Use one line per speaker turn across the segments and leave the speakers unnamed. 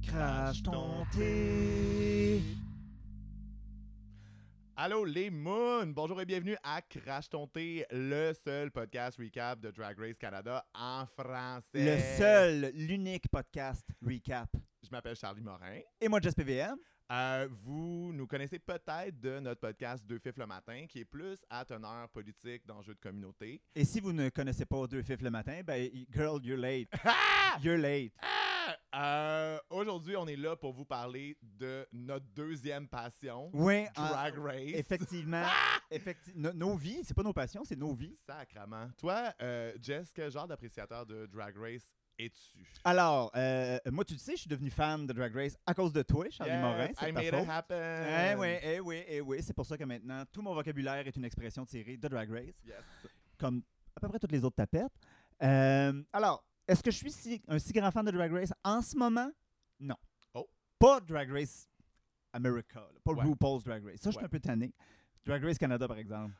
dommage tenté.
Allô les Moons! Bonjour et bienvenue à Crash Tonté, le seul podcast recap de Drag Race Canada en français.
Le seul, l'unique podcast recap.
Je m'appelle Charlie Morin.
Et moi, Jess PVM.
Euh, vous nous connaissez peut-être de notre podcast Deux Fifs le matin, qui est plus à teneur politique d'enjeux de communauté.
Et si vous ne connaissez pas Deux Fifs le matin, ben, girl, you're late. You're late.
Euh, Aujourd'hui, on est là pour vous parler de notre deuxième passion,
Oui, en-
Drag Race.
effectivement. effecti- no- nos vies, c'est pas nos passions, c'est nos vies.
Sacrement. Toi, euh, Jess, quel genre d'appréciateur de Drag Race es-tu?
Alors, euh, moi, tu le sais, je suis devenu fan de Drag Race à cause de toi, Charlie
Yes,
Morin. C'est
I
de ta
made
faute.
it happen.
Eh oui, eh oui, eh oui. C'est pour ça que maintenant, tout mon vocabulaire est une expression tirée de Drag Race.
Yes.
comme à peu près toutes les autres tapettes. Euh, alors, est-ce que je suis si- un si grand fan de Drag Race en ce moment? Non.
Oh.
Pas Drag Race America, là, pas
Ouais.
RuPaul's Drag Race. Ça, je suis
Ouais.
un peu tanné. Drag Race Canada, par exemple.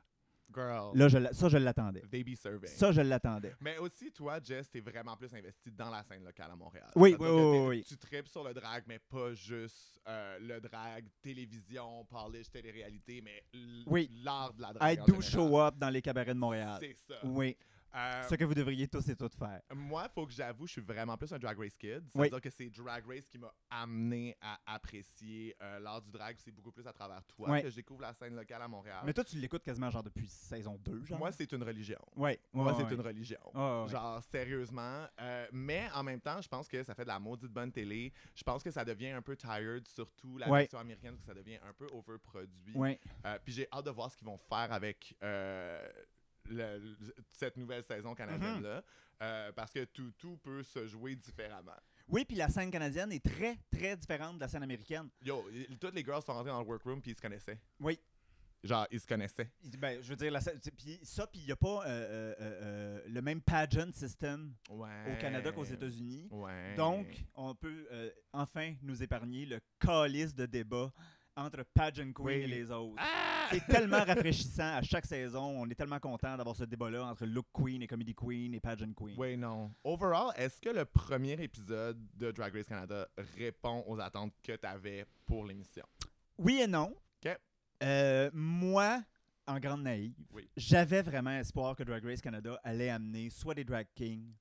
Girl,
Là, je l'a- ça, je l'attendais.
they be serving.
Ça, je l'attendais.
Mais aussi, toi, Jess, t'es vraiment plus investi dans la scène locale à Montréal.
Oui,
C'est-à-dire
oui,
que
oui,
t'es-
oui.
Tu tripes sur le drag, mais pas juste euh, le drag, télévision, polish, télé-réalité, mais l-
Oui.
l'art de la
I
drag. en
do
général.
show up dans les cabarets de Montréal.
C'est ça.
Oui,
Euh,
ce que vous devriez tous et toutes faire.
Moi, faut que j'avoue, je suis vraiment plus un Drag Race kid.
Oui.
C'est-à-dire que c'est Drag Race qui m'a amené à apprécier euh, l'art du drag. C'est beaucoup plus à travers toi
Ouais.
que je découvre la scène locale à Montréal.
Mais toi, tu l'écoutes quasiment genre depuis saison 2, genre?
Ah. Moi, c'est une religion.
ouais.
Moi,
ouais,
c'est
ouais.
une religion.
Ouais, ouais.
Genre, sérieusement. Euh, mais en même temps, je pense que ça fait de la maudite bonne télé. Je pense que ça devient un peu tired, surtout la
Ouais.
version américaine, que ça devient un peu overproduit.
Ouais.
Euh, Puis j'ai hâte de voir ce qu'ils vont faire avec euh, le- le- cette nouvelle saison canadienne-là.
Mhm.
Euh, parce que tout, tout peut se jouer différemment.
Oui, puis la scène canadienne est très, très différente de la scène américaine.
Yo, i- toutes les girls sont rentrées dans le workroom puis ils se connaissaient.
Oui.
Genre, ils se connaissaient.
Il- Ben, je veux dire, la, sa- tu- puis ça, puis il n'y a pas euh, euh, euh, euh, le même pageant system
Ouais.
au Canada qu'aux États-Unis.
Ouais.
Donc, on peut euh, enfin nous épargner le calice de débat entre pageant queen
Oui.
et les autres.
Ah!
C'est tellement rafraîchissant à chaque saison. On est tellement content d'avoir ce débat-là entre look queen et comedy queen et pageant queen.
Oui, non. Overall, est-ce que le premier épisode de Drag Race Canada répond aux attentes que tu avais pour l'émission?
Oui et non.
OK.
Euh, moi, en grande naïve,
Oui.
j'avais vraiment espoir que Drag Race Canada allait amener soit des drag kings,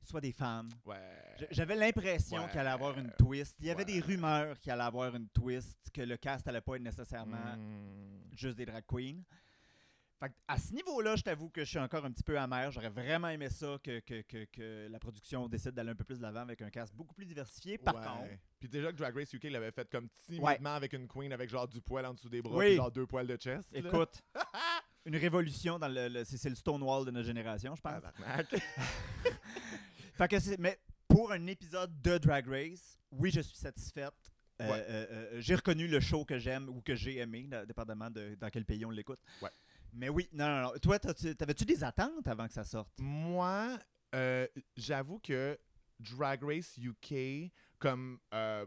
soit des femmes.
Ouais.
J- J'avais l'impression
Ouais. euh,
qu'il allait avoir une twist. Il y avait des
Ouais.
rumeurs qu'il allait avoir une twist, que le cast allait pas être nécessairement
Mm.
juste des drag queens. Fait que à ce niveau-là, je t'avoue que je suis encore un petit peu amer. J'aurais vraiment aimé ça que, que- que- que la production décide d'aller un peu plus de l'avant avec un cast beaucoup plus diversifié. Par
Ouais.
contre,
Puis déjà que Drag Race UK l'avait fait comme timidement
Ouais.
avec une queen avec genre du poil en dessous des bras
Oui.
puis genre deux poils de chest. là.
écoute, une révolution dans le. le- c'est c'est le Stonewall de notre génération, je pense.
Tabarnak.
Fait que c'est- mais pour un épisode de Drag Race, oui, je suis satisfaite. Euh,
Ouais.
euh, euh, j'ai reconnu le show que j'aime ou que j'ai aimé, là, dépendamment de dans quel pays on l'écoute.
Ouais.
Mais oui, non, non, non. Toi, t'as-tu- t'avais-tu des attentes avant que ça sorte?
Mm. Moi, euh, j'avoue que Drag Race UK, comme, euh,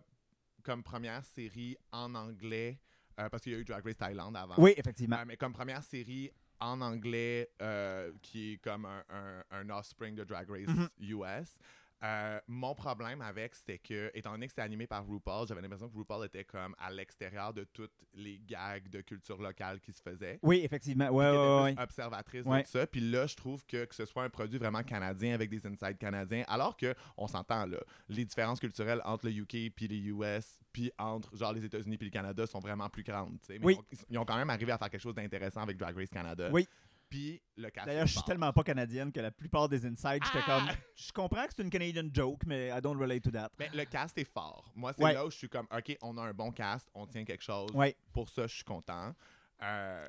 comme première série en anglais, euh, parce qu'il y a eu Drag Race Thaïlande avant.
Oui, effectivement.
Euh, mais comme première série en anglais, euh, qui est comme un, un- un offspring de Drag Race
Mhm.
US, euh, mon problème avec, c'était que, étant donné que c'était animé par RuPaul, j'avais l'impression que RuPaul était comme à l'extérieur de toutes les gags de culture locale qui se faisaient
Oui, effectivement. Ouais,
qui était
ouais,
plus
ouais.
observatrice
Ouais.
de tout ça. Puis là, je trouve que que ce soit un produit vraiment canadien avec des insides canadiens, alors que on s'entend là, les différences culturelles entre le UK puis les US, puis entre genre les États-Unis puis le Canada sont vraiment plus grandes. tu sais. Mais
Oui.
ils ont- ils, ont quand même arrivé à faire quelque chose d'intéressant avec Drag Race Canada.
Oui.
Puis le cast
D'ailleurs, je suis
part.
tellement pas canadienne que la plupart des insides, j'étais
euh, Ah!
comme. Je comprends que c'est une Canadian joke, mais I don't relate to that.
Mais Ben, le cast est fort. Moi, c'est
Ouais.
là où je suis comme, OK, on a un bon cast, on tient quelque chose.
Ouais.
Pour ça, je suis content. Euh,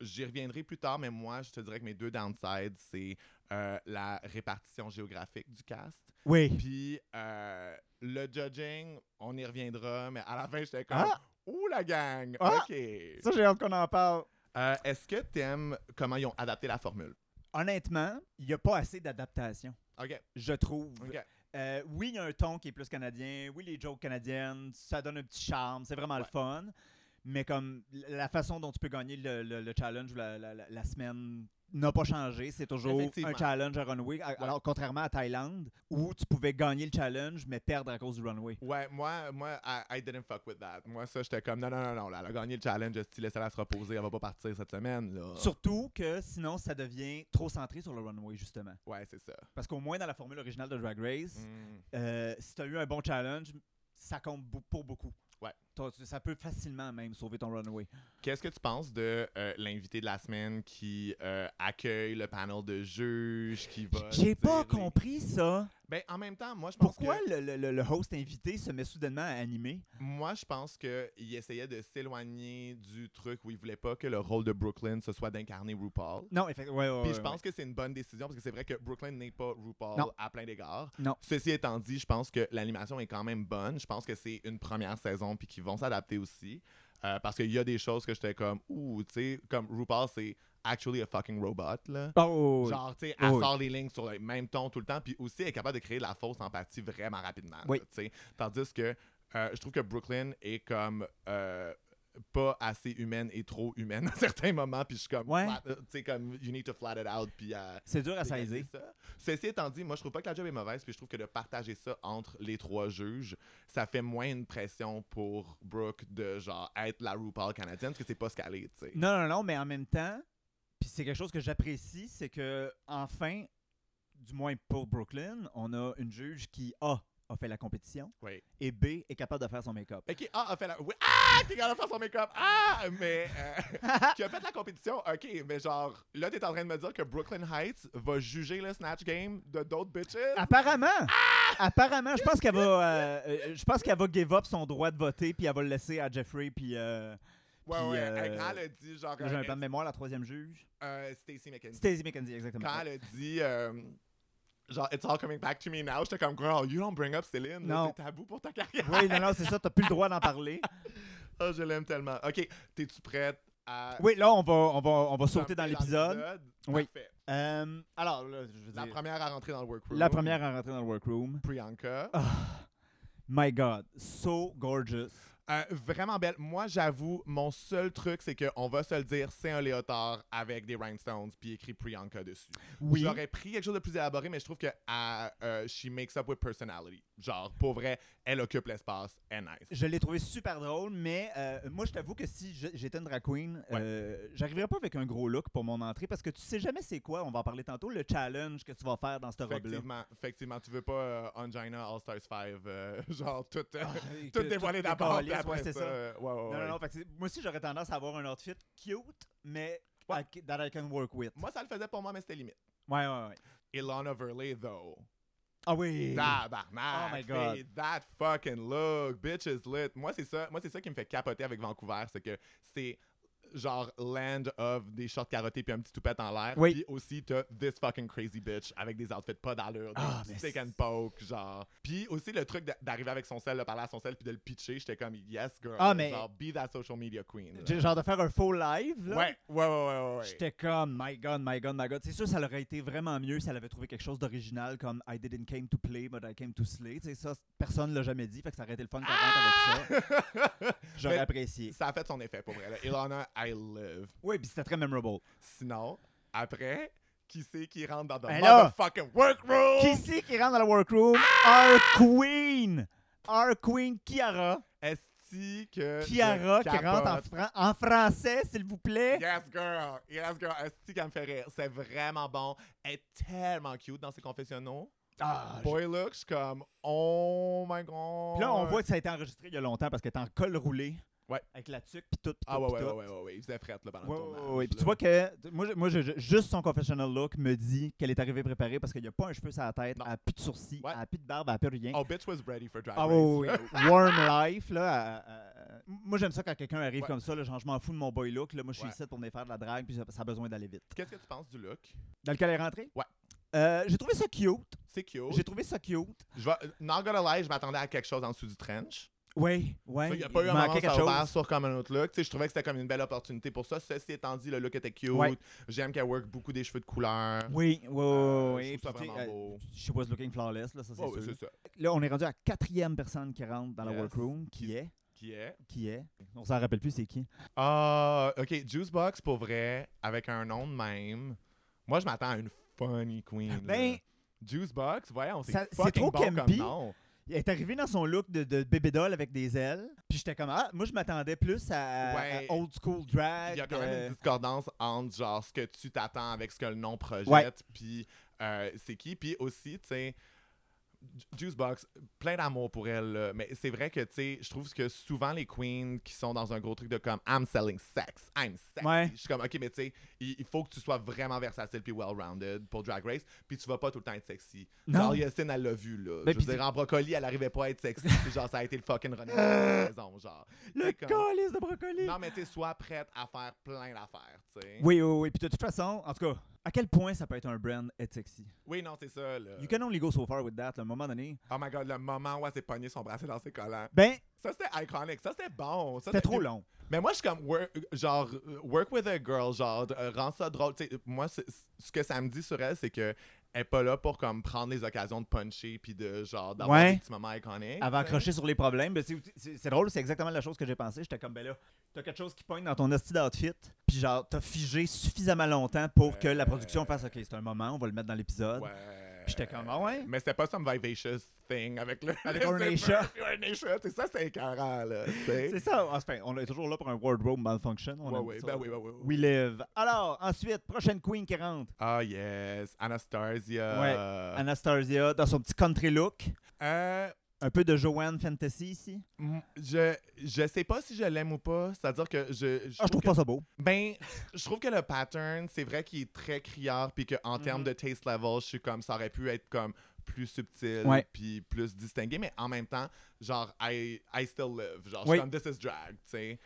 J'y reviendrai plus tard, mais moi, je te dirais que mes deux downsides, c'est euh, la répartition géographique du cast.
Oui.
Puis euh, le judging, on y reviendra, mais à la fin, j'étais comme,
Ah!
ouh la gang,
Ah!
OK.
Ça, j'ai hâte qu'on en parle.
Euh, Est-ce que tu aimes comment ils ont adapté la formule?
Honnêtement, il n'y a pas assez d'adaptation,
OK,
je trouve.
OK.
Euh, oui, il y a un ton qui est plus canadien. Oui, les jokes canadiennes, ça donne un petit charme. C'est vraiment le
Ouais.
fun. mais comme la façon dont tu peux gagner le, le- le challenge ou la, la- la- la semaine n'a pas changé. C'est toujours
Effectivement.
un challenge à runway. A- Alors, contrairement à Thaïlande, où tu pouvais gagner le challenge, mais perdre à cause du runway.
Ouais, moi, moi, I, I didn't fuck with that. Moi, ça, j'étais comme, non, non, non, non, là, elle a gagné le challenge, si laissez-la se reposer, elle va pas partir cette semaine, là.
Surtout que sinon, ça devient trop centré sur le runway, justement.
Ouais, c'est ça.
Parce qu'au moins, dans la formule originale de Drag Race,
Mm.
euh, si tu as eu un bon challenge, ça compte bou- pour beaucoup.
Ouais.
T'as- Ça peut facilement même sauver ton runway.
Qu'est-ce que tu penses de euh, l'invité de la semaine qui euh, accueille le panel de juges, qui va.
J'ai
dire
pas
les-
compris ça.
Ben, en même temps, moi, je pense
Pourquoi
que.
le- le, le- le host invité se met soudainement à animer?
Moi, je pense qu'il essayait de s'éloigner du truc où il voulait pas que le rôle de Brooklyn, ce soit d'incarner RuPaul.
Non, effectivement. Ouais, ouais,
Puis
ouais,
je
ouais.
pense que c'est une bonne décision parce que c'est vrai que Brooklyn n'est pas RuPaul
Non.
à plein d'égards.
Non.
Ceci étant dit, je pense que l'animation est quand même bonne. Je pense que c'est une première saison puis qu'ils vont s'adapter aussi. Euh, parce qu'il y a des choses que j'étais comme, ouh, tu sais, comme RuPaul, c'est actually a fucking robot, là.
Oh, oui.
Genre, tu sais, elle
Oui.
sort les lignes sur le même ton tout le temps, puis aussi elle est capable de créer de la fausse empathie vraiment rapidement.
Oui.
là, tu sais. Tandis que euh, je trouve que Brooklyn est comme euh, pas assez humaine et trop humaine à certains moments, puis je suis comme,
Ouais.
flat- euh, tu sais, comme, you need to flat it out, puis euh,
c'est dur à
dégager
saisir.
ça. Ceci étant dit, moi, je trouve pas que la job est mauvaise, puis je trouve que de partager ça entre les trois juges, ça fait moins une pression pour Brooke de, genre, être la RuPaul canadienne, parce que c'est pas ce qu'elle est, tu sais.
Non, non, non, mais en même temps, puis c'est quelque chose que j'apprécie, c'est que enfin, du moins pour Brooklyn, on a une juge qui A a fait la compétition
Oui.
et B est capable de faire son make-up.
Ok, ah, a fait la. oui, ah, t'es capable de faire son make-up. Ah, mais. euh, tu as fait la compétition, ok, mais genre, là, t'es en train de me dire que Brooklyn Heights va juger le Snatch Game de d'autres bitches.
Apparemment, apparemment, je pense qu'elle va, euh, euh, je pense qu'elle va give up son droit de voter puis elle va le laisser à Jeffrey puis euh,
ouais,
puis,
ouais.
euh,
quand elle a dit, genre.
là, j'ai un
euh,
plan de mémoire la troisième juge,
euh, Stacey McKenzie.
Stacey McKenzie exactement.
Quand elle a dit. euh, Genre, it's all coming back to me now. J'étais comme, girl, you don't bring up Céline. là,
Non.
C'est tabou pour ta carrière.
Oui, non, non, c'est ça, t'as plus le droit d'en parler.
Oh, je l'aime tellement. Ok, t'es-tu prête à.
Oui, là, on va, on va, on va sauter dans l'épisode. Oui.
Parfait.
Euh, alors, là, je veux
La
dire,
première à rentrer dans le workroom.
la première à rentrer dans le workroom.
Priyanka.
Ah, my God, so gorgeous.
Euh, vraiment belle. Moi, j'avoue, mon seul truc, c'est qu'on va se le dire, c'est un léotard avec des rhinestones puis écrit Priyanka dessus.
Oui.
J'aurais pris quelque chose de plus élaboré, mais je trouve que ah, euh, she makes up with personality. Genre, pour vrai, elle occupe l'espace, elle est nice.
Je l'ai trouvé super drôle, mais euh, moi, je t'avoue que si je- j'étais une drag queen, euh, j'arriverais pas avec un gros look pour mon entrée parce que tu sais jamais c'est quoi, on va en parler tantôt, le challenge que tu vas faire dans cette robe-là.
Effectivement, effectivement, tu veux pas euh, Angina All Stars 5, euh, genre tout, euh,
Et
tout
que-
dévoilé
Ah, tout
d'abord, puis
décalisse,
après
ouais, c'est
ça.
ça.
euh, ouais, ouais,
Non,
ouais.
non, non, fait que c'est- moi aussi, j'aurais tendance à avoir un outfit cute, mais
Ouais.
I ca- that I can work with.
Moi, ça le faisait pour moi, mais c'était limite.
Ouais, ouais, ouais.
Ilana Verley, though.
Ah oui!
Tabarnak.
Oh my God.
c'est That fucking look. Bitch is lit. Moi, c'est ça, moi, c'est ça qui me fait capoter avec Vancouver. C'est que c'est genre land of des shorts carottés puis un petit toupette en l'air.
Oui.
Puis aussi, t'as this fucking crazy bitch avec des outfits pas d'allure. des
Ah, mais
stick
c'est-
and poke, genre. Puis aussi, le truc d'a- d'arriver avec son sel, de parler à son sel puis de le pitcher, j'étais comme, yes, girl.
Ah, mais-
Genre, be that social media queen. là.
J'ai- Genre de faire un faux live, là.
Ouais, ouais, ouais, ouais, ouais, ouais.
J'étais comme, my god, my god, my god. C'est sûr, ça aurait été vraiment mieux si elle avait trouvé quelque chose d'original comme I didn't came to play, but I came to slay. Tu sais, ça, personne l'a jamais dit, fait que ça aurait été le fun qu'elle rentre avec ça. J'aurais
Mais-
apprécié.
Ça a fait son effet pour vrai. là. Ilana, I live.
Oui, puis c'était très memorable.
Sinon, après, qui c'est qui rentre dans the
Ben là!
motherfucking workroom?
Qui c'est qui rentre dans la workroom?
Ah!
Our queen! Our queen Kiara.
Est-ce que. Euh, je
Kiara qui rentre en,
capote?
fran- en français, s'il vous plaît.
Yes, girl! Yes, girl! Est-ce qu'elle me fait rire? C'est vraiment bon. Elle est tellement cute dans ses confessionnaux.
Ah, je-
Boy look, je suis comme, oh my god!
Puis là, on voit que ça a été enregistré il y a longtemps parce qu'elle est en col roulé.
Ouais.
Avec la tuque, puis tout, puis tout.
Ah ouais,
puis
ouais,
tout.
ouais, ouais, ouais, ouais. Il faisait frette là, pendant
Ouais,
le tournage.
ouais, ouais. Puis tu
là.
vois que t- moi, je- moi je- je- juste son confessional look me dit qu'elle est arrivée préparée parce qu'il n'y a pas un cheveu sur la tête,
Non.
elle n'a plus de sourcils,
Ouais.
elle n'a plus de barbe, elle n'a plus rien.
Oh, bitch was ready for Drag
ah
Race.
ouais, ouais, ouais. warm life là. elle- elle- elle- Moi j'aime ça quand quelqu'un arrive
Ouais.
comme ça, là, genre, je m'en fous de mon boy look, là, moi je suis
Ouais.
ici pour venir faire de la drague puis ça, ça a besoin d'aller vite.
Qu'est-ce que tu penses du look?
Dans lequel elle est rentrée?
Ouais. Oh.
Euh, j'ai trouvé ça cute.
C'est cute.
J'ai trouvé ça cute.
Je vais, not gonna lie, je m'attendais à quelque chose en dessous du trench.
Oui, oui.
Il n'y a pas eu un
manquait
moment où ça a ouvert sur comme un autre look. Tu sais, je trouvais que c'était comme une belle opportunité pour ça. Ceci étant dit, le look était cute.
Ouais.
J'aime qu'elle work beaucoup des cheveux de couleur.
Oui, oui,
Euh,
oui.
Je trouve ça
Puis, tu sais,
vraiment
euh,
beau.
She was looking flawless, là, ça c'est
Ouais, ouais,
sûr.
c'est ça.
Là, on est rendu à la quatrième personne qui rentre dans la
Yes.
workroom, qui est
Qui est
Qui est On s'en rappelle plus, c'est qui
Ah, ok, Juicebox pour vrai, avec un nom de même. Moi, je m'attends à une funny queen.
Ben,
là. Juicebox, voyons, c'est
ça- c'est
fucking
trop
bon
campy.
comme nom.
Il est arrivé dans son look de, de bébé doll avec des ailes. Puis j'étais comme, ah, moi je m'attendais plus à,
Ouais.
à old school drag.
Il y a quand
euh,
même une discordance entre genre ce que tu t'attends avec ce que le nom projette,
Ouais.
puis euh, c'est qui, puis aussi, tu sais, Ju- Juicebox, plein d'amour pour elle, là. mais c'est vrai que, tu sais, je trouve que souvent les queens qui sont dans un gros truc de comme « I'm selling sex, I'm sexy
Ouais.
je suis comme « Ok, mais tu sais, il, il faut que tu sois vraiment versatile puis well-rounded pour Drag Race, puis tu vas pas tout le temps être sexy. »
Non.
Genre, Yacine, elle l'a vu, là.
Ben,
je
puis
veux dire, en brocoli, elle arrivait pas à être sexy, puis genre, ça a été le fucking running de la saison, genre.
Le
C'est comme-
calice de brocoli.
non, mais tu sais, sois prête à faire plein d'affaires, tu sais.
Oui, oui, oui. Puis de toute façon, en tout cas, à quel point ça peut être un brand être sexy?
Oui, non, c'est ça, là.
You can only go so far with that, là, à un moment donné.
Oh my god, le moment où elle s'est pognée son bracelet dans ses collants.
Ben,
Ça, c'était iconique. Ça, c'était bon. Ça,
c'était
c'était-
trop long.
Mais moi, je suis comme, wor- genre, euh, work with a girl, genre, euh, rends ça drôle. Tu sais, moi, c'est- ce que ça me dit sur elle, c'est que elle est pas là pour comme prendre les occasions de puncher puis de genre d'avoir
Ouais.
des petits moments iconiques.
Elle va
tu sais.
accrocher sur les problèmes. Ben, c'est- c'est c'est drôle, c'est exactement la chose que j'ai pensé. J'étais comme, ben là, t'as quelque chose qui pogne dans ton hostie d'outfit, puis genre, t'as figé suffisamment longtemps pour que la production fasse, OK, c'est un moment, on va le mettre dans l'épisode.
Ouais.
Puis j'étais comme, ah ouais?
Mais c'était pas some vivacious thing avec le.
Avec
le
Ornation.
zipper puis Ornation. C'est ça, c'était écœurant, là. tu sais.
C'est ça, enfin, on est toujours là pour un wardrobe malfunction. On
Ouais,
aime
ouais,
ça.
ben oui, ben oui, oui.
We live. Alors, ensuite, prochaine queen qui rentre,
Ah, yes. Anastasia.
Ouais,
Ah.
Anastasia, dans son petit country look.
Euh,
Un peu de Joanne Fantasy ici.
m- je, je sais pas si je l'aime ou pas. C'est-à-dire que je.
Ah, je trouve
que-
pas ça beau.
Ben, je trouve que le pattern, c'est vrai qu'il est très criard, puis
Mm-hmm.
qu'en termes de taste level, je suis comme, ça aurait pu être comme plus subtil,
Ouais.
puis plus distingué, mais en même temps, genre, I, I still live. Genre, je
Oui.
suis comme, this is drag, tu sais.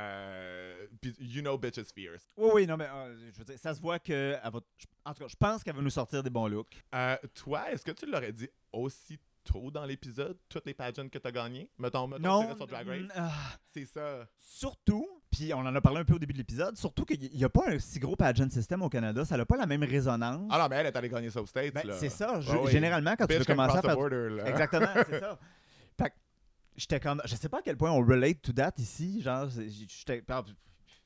Euh, puis, you know, bitch is fierce.
Oui, oui, non, mais euh, je veux dire, ça se voit que. elle va- je- en tout cas, je pense qu'elle va nous sortir des bons looks.
Euh, toi, est-ce que tu l'aurais dit aussi tôt dans l'épisode, toutes les pageants que t'as gagné? Mettons, mettons, tu restes sur Drag Race.
n- ah,
C'est ça.
surtout, puis on en a parlé un peu au début de l'épisode, surtout qu'il n'y a pas un si gros pageant system au Canada, ça n'a pas la même résonance.
Ah non, mais elle est allée gagner ça aux States,
Ben,
là.
c'est ça. je-
Ah oui.
Généralement, quand tu
Bitch
veux
can
commencer à
cross the
faire.
border, là.
Exactement, c'est ça. Fait que j'étais comme. Je sais pas à quel point on relate to that ici. Genre, c'est- j'étais.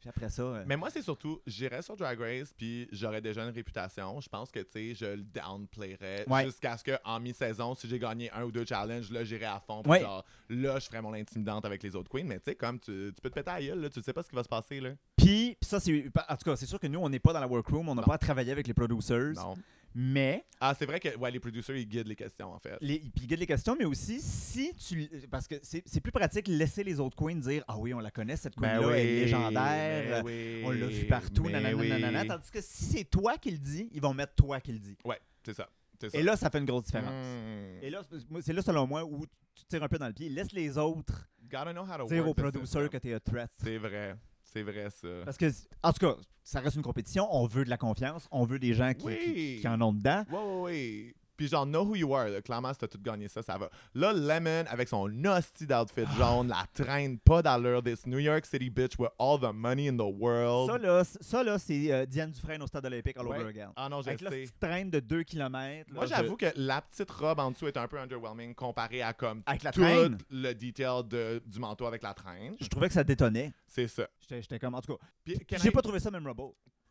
Puis après ça. euh,
Mais moi, c'est surtout, j'irais sur Drag Race, puis j'aurais déjà une réputation. Je pense que, tu sais, je le downplayerais
Ouais.
jusqu'à ce qu'en mi-saison, si j'ai gagné un ou deux challenges, là, j'irais à fond. puis
Ouais.
genre, là, je ferais mon intimidante avec les autres queens. Mais, tu sais, comme, tu, tu peux te péter à gueule, là, tu sais pas ce qui va se passer, là.
Puis, puis ça, c'est. En tout cas, c'est sûr que nous, on n'est pas dans la workroom, on n'a
Non.
pas à travailler avec les producers.
Non.
Mais.
Ah, c'est vrai que, ouais, les producers, ils guident les questions, en fait.
les, puis il guide les questions, mais aussi si tu. Parce que c'est c'est plus pratique laisser les autres queens dire Ah oui, on la connaît, cette queen-là, elle est légendaire,
mais
on l'a
Ben oui,
vu partout,
mais
nanana,
oui.
nanana. Tandis que si c'est toi qui le dis, ils vont mettre toi qui le dis.
Ouais, c'est ça. C'est ça.
Et là, ça Hmm. fait une grosse différence.
Mm.
Et là, c'est- moi, c'est là, selon moi, où tu tires un peu dans le pied. Laisse les autres
Gotta know how to
dire
work
aux
the
producers
system.
que t'es un threat.
C'est vrai. C'est vrai, ça.
Parce que, en tout cas, ça reste une compétition. On veut de la confiance. On veut des gens qui,
Oui.
qui- qui en ont dedans.
Ouais, ouais, ouais. Puis genre, know who you are. Là. Clairement, si t'as tout gagné ça, ça va. Là, Lemon, avec son nasty d'outfit
Ah.
jaune, la traîne pas d'allure. This New York City bitch with all the money in the world.
Ça, là, c- ça, là c'est euh, Diane Dufresne au stade olympique all
Ouais.
over again.
Ah non, je
Avec la
sais.
petite traîne de 2 km.
Moi, j'avoue que la petite robe en dessous est un peu underwhelming comparée à comme
Avec la
tout
traîne.
le detail de- du manteau avec la traîne.
Je trouvais que ça détonnait.
C'est ça.
J'étais j'étais comme, en tout cas,
Puis, can
j'ai
I-
pas trouvé ça memorable.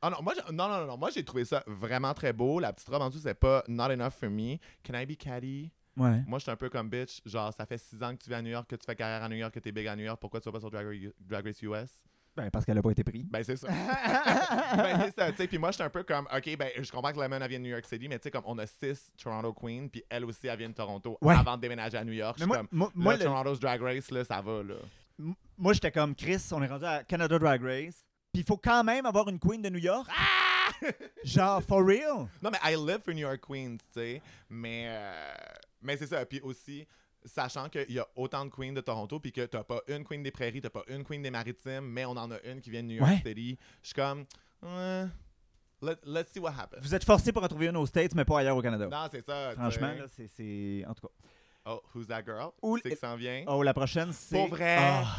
Ah non, moi, j'ai- non, non, non, non, moi j'ai trouvé ça vraiment très beau. La petite robe en dessous, c'est pas not enough for me. Can I be catty?
Ouais.
Moi, je suis un peu comme bitch. Genre, ça fait six ans que tu vis à New York, que tu fais carrière à New York, que t'es big à New York. Pourquoi tu vas pas sur Drag, Ra- Drag Race US?
Ben, parce qu'elle a pas été prise.
Ben, c'est ça. ben, c'est ça. Tu sais, puis moi, je suis un peu comme, OK, ben, je comprends que Lemon, elle vient de New York City, mais tu sais, comme, on a six Toronto Queens, puis elle aussi, elle vient de Toronto
Ouais.
avant de déménager à New York. Je
Mais
suis
moi, moi,
comme, là,
moi, le-
Toronto's Drag Race, là, ça va, là.
m- moi, j'étais comme, Chris, on est rendu à Canada Drag Race. Puis il faut quand même avoir une queen de New York.
Ah!
Genre, for real.
Non, mais I live for New York Queens, tu sais. Mais, euh, mais c'est ça. Puis aussi, sachant qu'il y a autant de queens de Toronto, puis que t'as pas une queen des prairies, t'as pas une queen des maritimes, mais on en a une qui vient de New York
Ouais.
City. Je suis comme, euh, let, let's see what happens.
Vous êtes forcé pour en trouver une aux States, mais pas ailleurs au Canada.
Non, c'est ça. tu
Franchement,
sais.
là, c'est- c'est. En tout cas.
Oh, who's that girl?
Ou-
C'est qui s'en vient?
Oh, la prochaine, c'est.
Pour vrai. Eh.
Ah,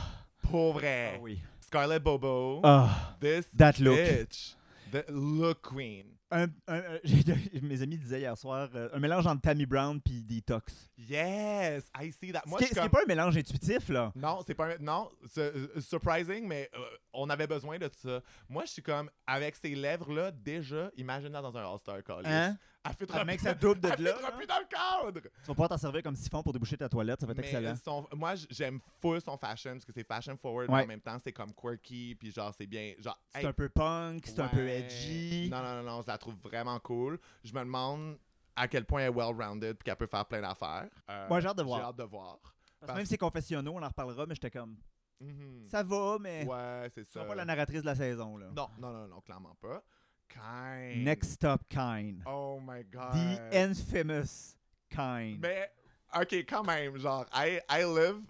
Pour
ah
vrai.
oui.
Scarlett Bobo.
Ah,
This Eh.
that look.
bitch. The Look Queen.
Un- un- euh, j'ai- mes amis disaient hier soir euh, un mélange entre Tammy Brown puis Detox.
Yes, I see that. Moi,
ce
je
qui
suis
n'est
comme...
pas un mélange intuitif, là.
Non, c'est pas un... Non, c'est euh, surprising, mais euh, on avait besoin de ça. Moi, je suis comme, avec ces lèvres-là, déjà, imagine-la dans un All-Star Call.
Hein?
Elle fait
Ah, mec, ça double de
Elle
là,
fêtera
là.
plus dans le cadre!
Tu vas pouvoir t'en servir comme siphon pour déboucher ta toilette, ça va être
Mais euh,
excellent.
son- moi, j- j'aime full son fashion parce que c'est fashion forward,
Ouais.
mais en même temps, c'est comme quirky, puis genre, c'est bien. Genre,
C'est
hey,
un peu punk, c'est un peu
ouais.
edgy.
Non, non, non, non, je la trouve vraiment cool. Je me demande à quel point elle est well-rounded puis qu'elle peut faire plein d'affaires. Euh,
Moi, j'ai hâte de voir.
J'ai hâte de voir.
Parce que même si c'est confessionnaux, on en reparlera, mais j'étais comme
Mhm.
ça va, mais
Ouais, c'est
tu
ça.
seras pas la narratrice de la saison, là.
Non, non, non, non, clairement pas. Kind.
Next Stop Kine.
Oh my god.
The infamous Kine.
Mais, ok, quand même, genre, I, I live.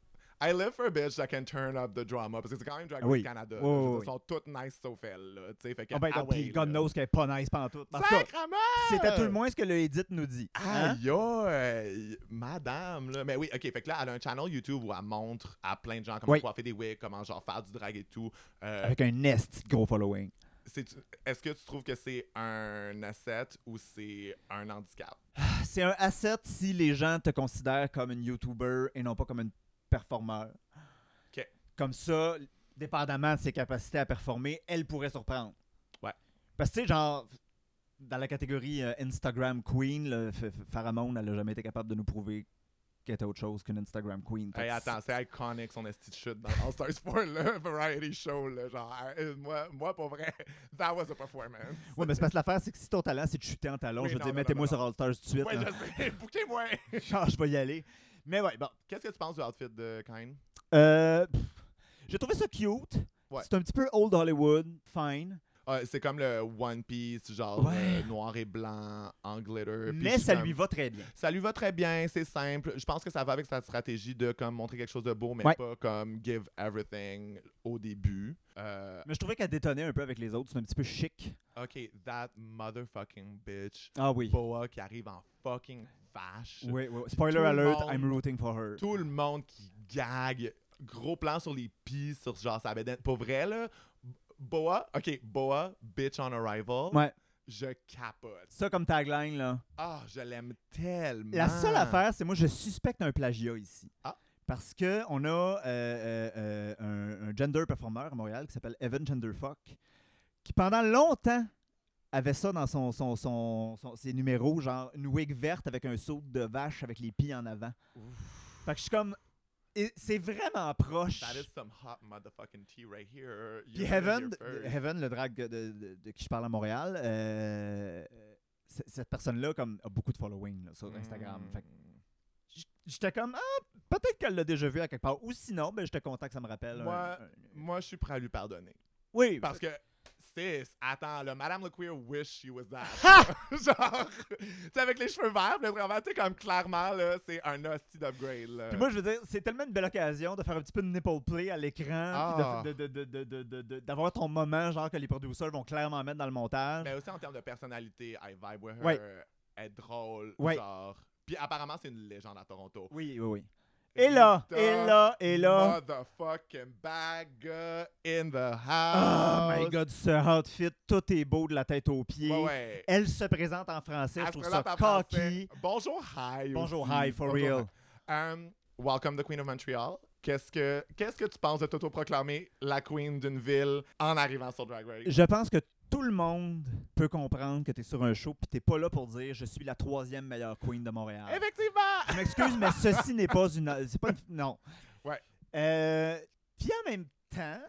I live for a bitch that can turn up the drama. Parce que c'est quand même Drag Race
Oui.
Canada.
Oui,
là. Je
oui,
veux dire,
oui.
Ils sont toutes nice so fell, là. Tu sais, fait que.
Ah ben,
ah
donc,
ouais,
puis God
là.
knows qu'elle est pas nice pantoute. En tout cas,
Sacrement!
c'était tout le moins ce que le Edith nous dit. Hein?
Aïe, aïe, madame, là. Mais oui, ok, fait que là, elle a un channel YouTube où elle montre à plein de gens comment
Oui.
coiffer des wigs, comment genre faire du drag et tout. Euh,
Avec un nest gros following.
c'est- Est-ce que tu trouves que c'est un asset ou c'est un handicap?
C'est un asset si les gens te considèrent comme une YouTuber et non pas comme une performeur.
Ok.
Comme ça, dépendamment de ses capacités à performer, elle pourrait surprendre.
Ouais.
Parce que, tu sais, genre, dans la catégorie euh, Instagram Queen, le F- F- Pharamond, elle n'a jamais été capable de nous prouver qu'elle était autre chose qu'une Instagram Queen. Fait
Hey,
que
attends, c'est iconic son esti de chute dans All Stars 4, le variety show, là. Genre, euh, moi, moi, pour vrai, that was a performance.
Ouais, mais c'est parce que l'affaire, c'est que si ton talent, c'est de chuter en talon,
Oui,
je veux
non,
dire,
non,
mettez-moi
non, non.
sur All Stars tout de suite.
Ouais,
là.
je sais, bouquez-moi!
Genre, je vais y aller. Mais ouais, bon.
Qu'est-ce que tu penses du outfit de Kane?
Euh, pff, J'ai trouvé ça cute.
Ouais.
C'est un petit peu old Hollywood, fine.
Ah, c'est comme le One Piece, genre
Ouais.
euh, noir et blanc, en glitter. Euh, puis
Mais
je suis
ça
comme-
lui va très bien.
Ça lui va très bien, c'est simple. Je pense que ça va avec sa stratégie de comme montrer quelque chose de beau, mais
Ouais.
pas comme give everything au début. Euh,
Mais je trouvais qu'elle détonnait un peu avec les autres. C'est un petit peu chic.
ok, that motherfucking bitch.
Ah oui.
Boa qui arrive en fucking vache.
Oui, oui.
Tout
Spoiler
le
alert,
monde-
I'm rooting for her.
Tout le monde qui gague. Gros plan sur les pieds, sur genre sa bedaine. Pour vrai, là, Boa, ok, Boa, bitch on arrival.
Ouais.
Je capote.
Ça comme tagline, là.
Ah, je l'aime tellement.
La seule affaire, c'est moi, je suspecte un plagiat ici.
Ah.
Parce que on a euh, euh, euh, un, un gender performer à Montréal qui s'appelle Evan Genderfuck, qui pendant longtemps avait ça dans son, son, son- son- ses numéros, genre une wig verte avec un saut de vache avec les pieds en avant. Fait que je suis comme. et C'est vraiment proche.
That is some hot motherfucking tea right here. You
Puis
heard it
Heaven,
here first.
Heaven, le drag de, de- de qui je parle à Montréal, euh, c- cette personne-là comme, a beaucoup de following là, sur Instagram.
Mm.
Fait que j- j'étais comme, ah, peut-être qu'elle l'a déjà vu à quelque part. Ou sinon, ben, j'étais content que ça me rappelle. un-
Moi-
un-
Moi, je suis prêt à lui pardonner.
Oui,
Parce que, sis, attends, là, Madame Le Queer wish she was that. Genre, tu sais, avec les cheveux verts, le vraiment, tu sais, comme clairement, là, c'est un hostie d'upgrade, là.
Puis moi, je veux dire, c'est tellement une belle occasion de faire un petit peu de nipple play à l'écran,
Ah.
puis de- de- de- de- de- de- de- d'avoir ton moment, genre que les producteurs vont clairement mettre dans le montage.
Mais aussi en termes de personnalité, I vibe with her.
Ouais.
Elle est drôle,
Ouais.
genre. Puis apparemment, c'est une légende à Toronto.
Oui, oui, oui. Et là,
Rita
et là, et là.
Motherfucking bag in the house.
Oh my god, ce outfit, tout est beau de la tête aux pieds.
Ouais, ouais.
Elle se présente en français, je trouve ça
Astronaute en
cocky.
français. Bonjour, hi.
Bonjour,
aussi.
hi, for
Bonjour,
real.
Um, welcome the Queen of Montreal. Qu'est-ce que qu'est-ce que tu penses de t'auto-proclamer la queen d'une ville en arrivant sur Drag Race?
Je pense que tout le monde peut comprendre que tu es sur un show, puis t'es pas là pour dire je suis la troisième meilleure queen de Montréal.
Eh ben Effectivement.
Je m'excuse, mais ceci n'est pas une. C'est pas une- Non.
Ouais.
Euh, puis en même temps,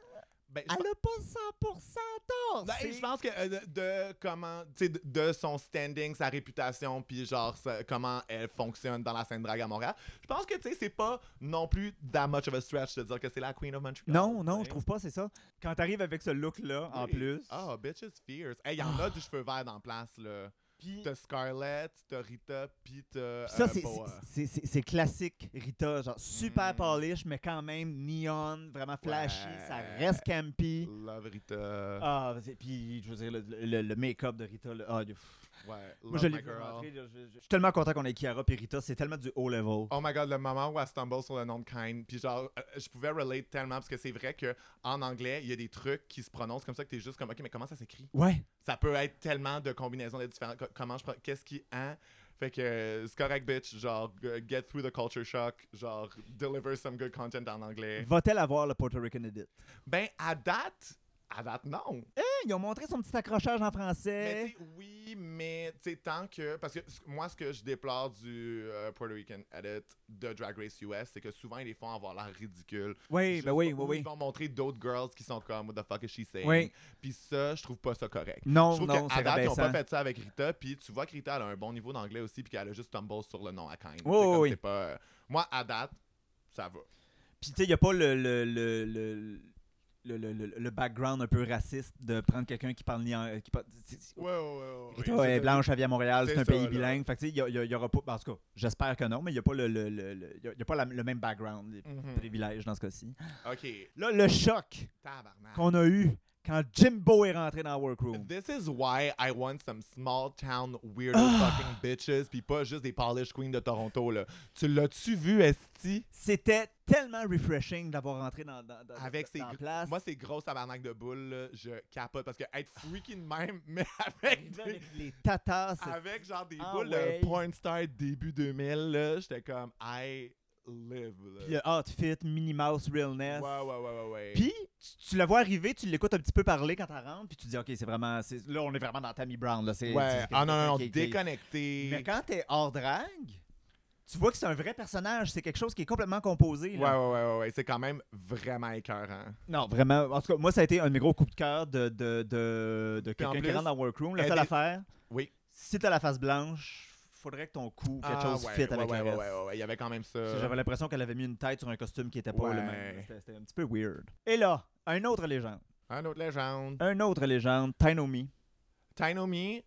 Ben, je
elle
pense-
a pas 100% tort.
ben,
c'est-
je pense que euh, de, de comment, tu sais, de, de son standing, sa réputation, puis genre sa- comment elle fonctionne dans la scène drag à Montréal, je pense que tu sais, c'est pas non plus that much of a stretch de dire que c'est la Queen of Montreal.
Non,
tu
non,
sais.
je trouve pas, c'est ça. Quand t'arrives avec ce look-là, en
Oui.
plus. Ah.
Ah, bitch is fierce. Hey, y en a du cheveu vert dans la place, là.
Puis
T'as Scarlett, t'as Rita, puis t'as
Puis ça,
euh,
c'est-
Boa.
c'est- c'est c'est classique Rita, genre super
Mm.
polish, mais quand même neon, vraiment flashy, ça
Ouais.
reste campy.
Love Rita.
Ah, c'est- puis je veux dire, le, le- le make-up de Rita, le- ah, pff.
Ouais. Love
moi je
my
l'ai vu
girl.
rentrer, là, je, je- je suis tellement content qu'on ait Kiara puis Rita, c'est tellement du haut level.
Oh my god, le moment où elle stumble sur le nom de Kind, puis genre, euh, je pouvais relate tellement parce que c'est vrai que en anglais, il y a des trucs qui se prononcent comme ça que t'es juste comme, ok, mais comment ça s'écrit
Ouais,
Ça peut être tellement de combinaisons de différents. co- Comment je. pro- Qu'est-ce qui hein Fait que euh, c'est correct, bitch. Genre, euh, get through the culture shock. Genre, deliver some good content en anglais.
va-t-elle avoir le Puerto Rican Edit?
Ben, à date, à date, non.
Hein, Ils ont montré son petit accrochage en
Mais
français.
tu sais, oui, mais tu sais, tant que. Parce que ce- moi, ce que je déplore du euh, Puerto Rican edit de Drag Race US, c'est que souvent, ils les font avoir l'air ridicule.
Oui,
Juste
ben oui,
pas-
oui,
ou
oui.
Ils vont montrer d'autres girls qui sont comme, What the fuck is she saying?
Oui.
Puis ça, je trouve pas ça correct.
Non,
je trouve
non,
qu'à
c'est
date, ils ont pas
rabaissant.
fait ça avec Rita. Puis tu vois que Rita, elle a un bon niveau d'anglais aussi, puis qu'elle a juste tumble sur le nom à Kind. C'est
oui,
comme,
oui.
c'est pas, euh, Moi, à date, ça va.
Puis tu sais, il n'y a pas le, le, le, le, le, le- le- le background un peu raciste de prendre quelqu'un qui parle... néan- Qui parle c'est- c'est-
Ouais, ouais, ouais.
Rita est blanche, elle vit à Montréal, c'est
c'est
un
ça,
pays
là.
bilingue. Fait que tu sais, il y a- il y, a- il y aura pas... En tout cas, j'espère que non, mais il n'y a pas, le, le, le- le- il y a- il y a pas la- le même background, les privilèges dans ce cas-ci.
Mhm. Ok,
Là, le choc
tabarnak.
qu'on a eu quand Jimbo est rentré dans la Workroom.
This is why I want some small town weirdo
Ah.
fucking bitches, puis pas juste des polish queens de Toronto là. Tu l'as-tu vu Esti
C'était tellement refreshing d'avoir rentré dans, dans, dans,
avec
dans
ses
la
gr-
place.
moi ces grosses tabarnak de boules là, je capote parce que être freaky de même mais
Ah,
avec
Arrivé
des-
avec les tatas, c'est-
avec genre des
Ah
boules
ouais.
de porn star début 2000 là, j'étais comme I live. Là.
puis le outfit, Minnie Mouse, Realness.
ouais ouais ouais ouais ouais.
Puis, tu, tu la vois arriver, tu l'écoutes un petit peu parler quand elle rentre, puis tu dis, OK, c'est vraiment. c'est- Là, on est vraiment dans Tammy Brown. Là, c'est,
ouais,
c'est-
ah non non non,
qui- qui-
déconnecté.
Mais quand t'es hors drag, tu vois que c'est un vrai personnage. C'est quelque chose qui est complètement composé.
Ouais
là.
ouais ouais ouais, ouais. c'est quand même vraiment écœurant.
Non, vraiment. En tout cas, moi, ça a été un de mes gros coups de cœur de, de, de, de
Puis en
quelqu'un qui
plus,
rentre dans Workroom. La
elle
seule
est-
affaire,
Oui.
si t'as la face blanche, faudrait que ton cou, quelque
Ah,
chose
ouais,
fit
ouais,
avec
ouais,
la
ouais,
reste.
ouais, ouais, ouais, il y avait quand même ça.
Parce que J'avais l'impression qu'elle avait mis une tête sur un costume qui était pas le même.
Ouais.
C'était c'était un petit peu weird. Et là, un autre légende.
Un autre légende.
Un autre légende, Tainomi.
Tainomi,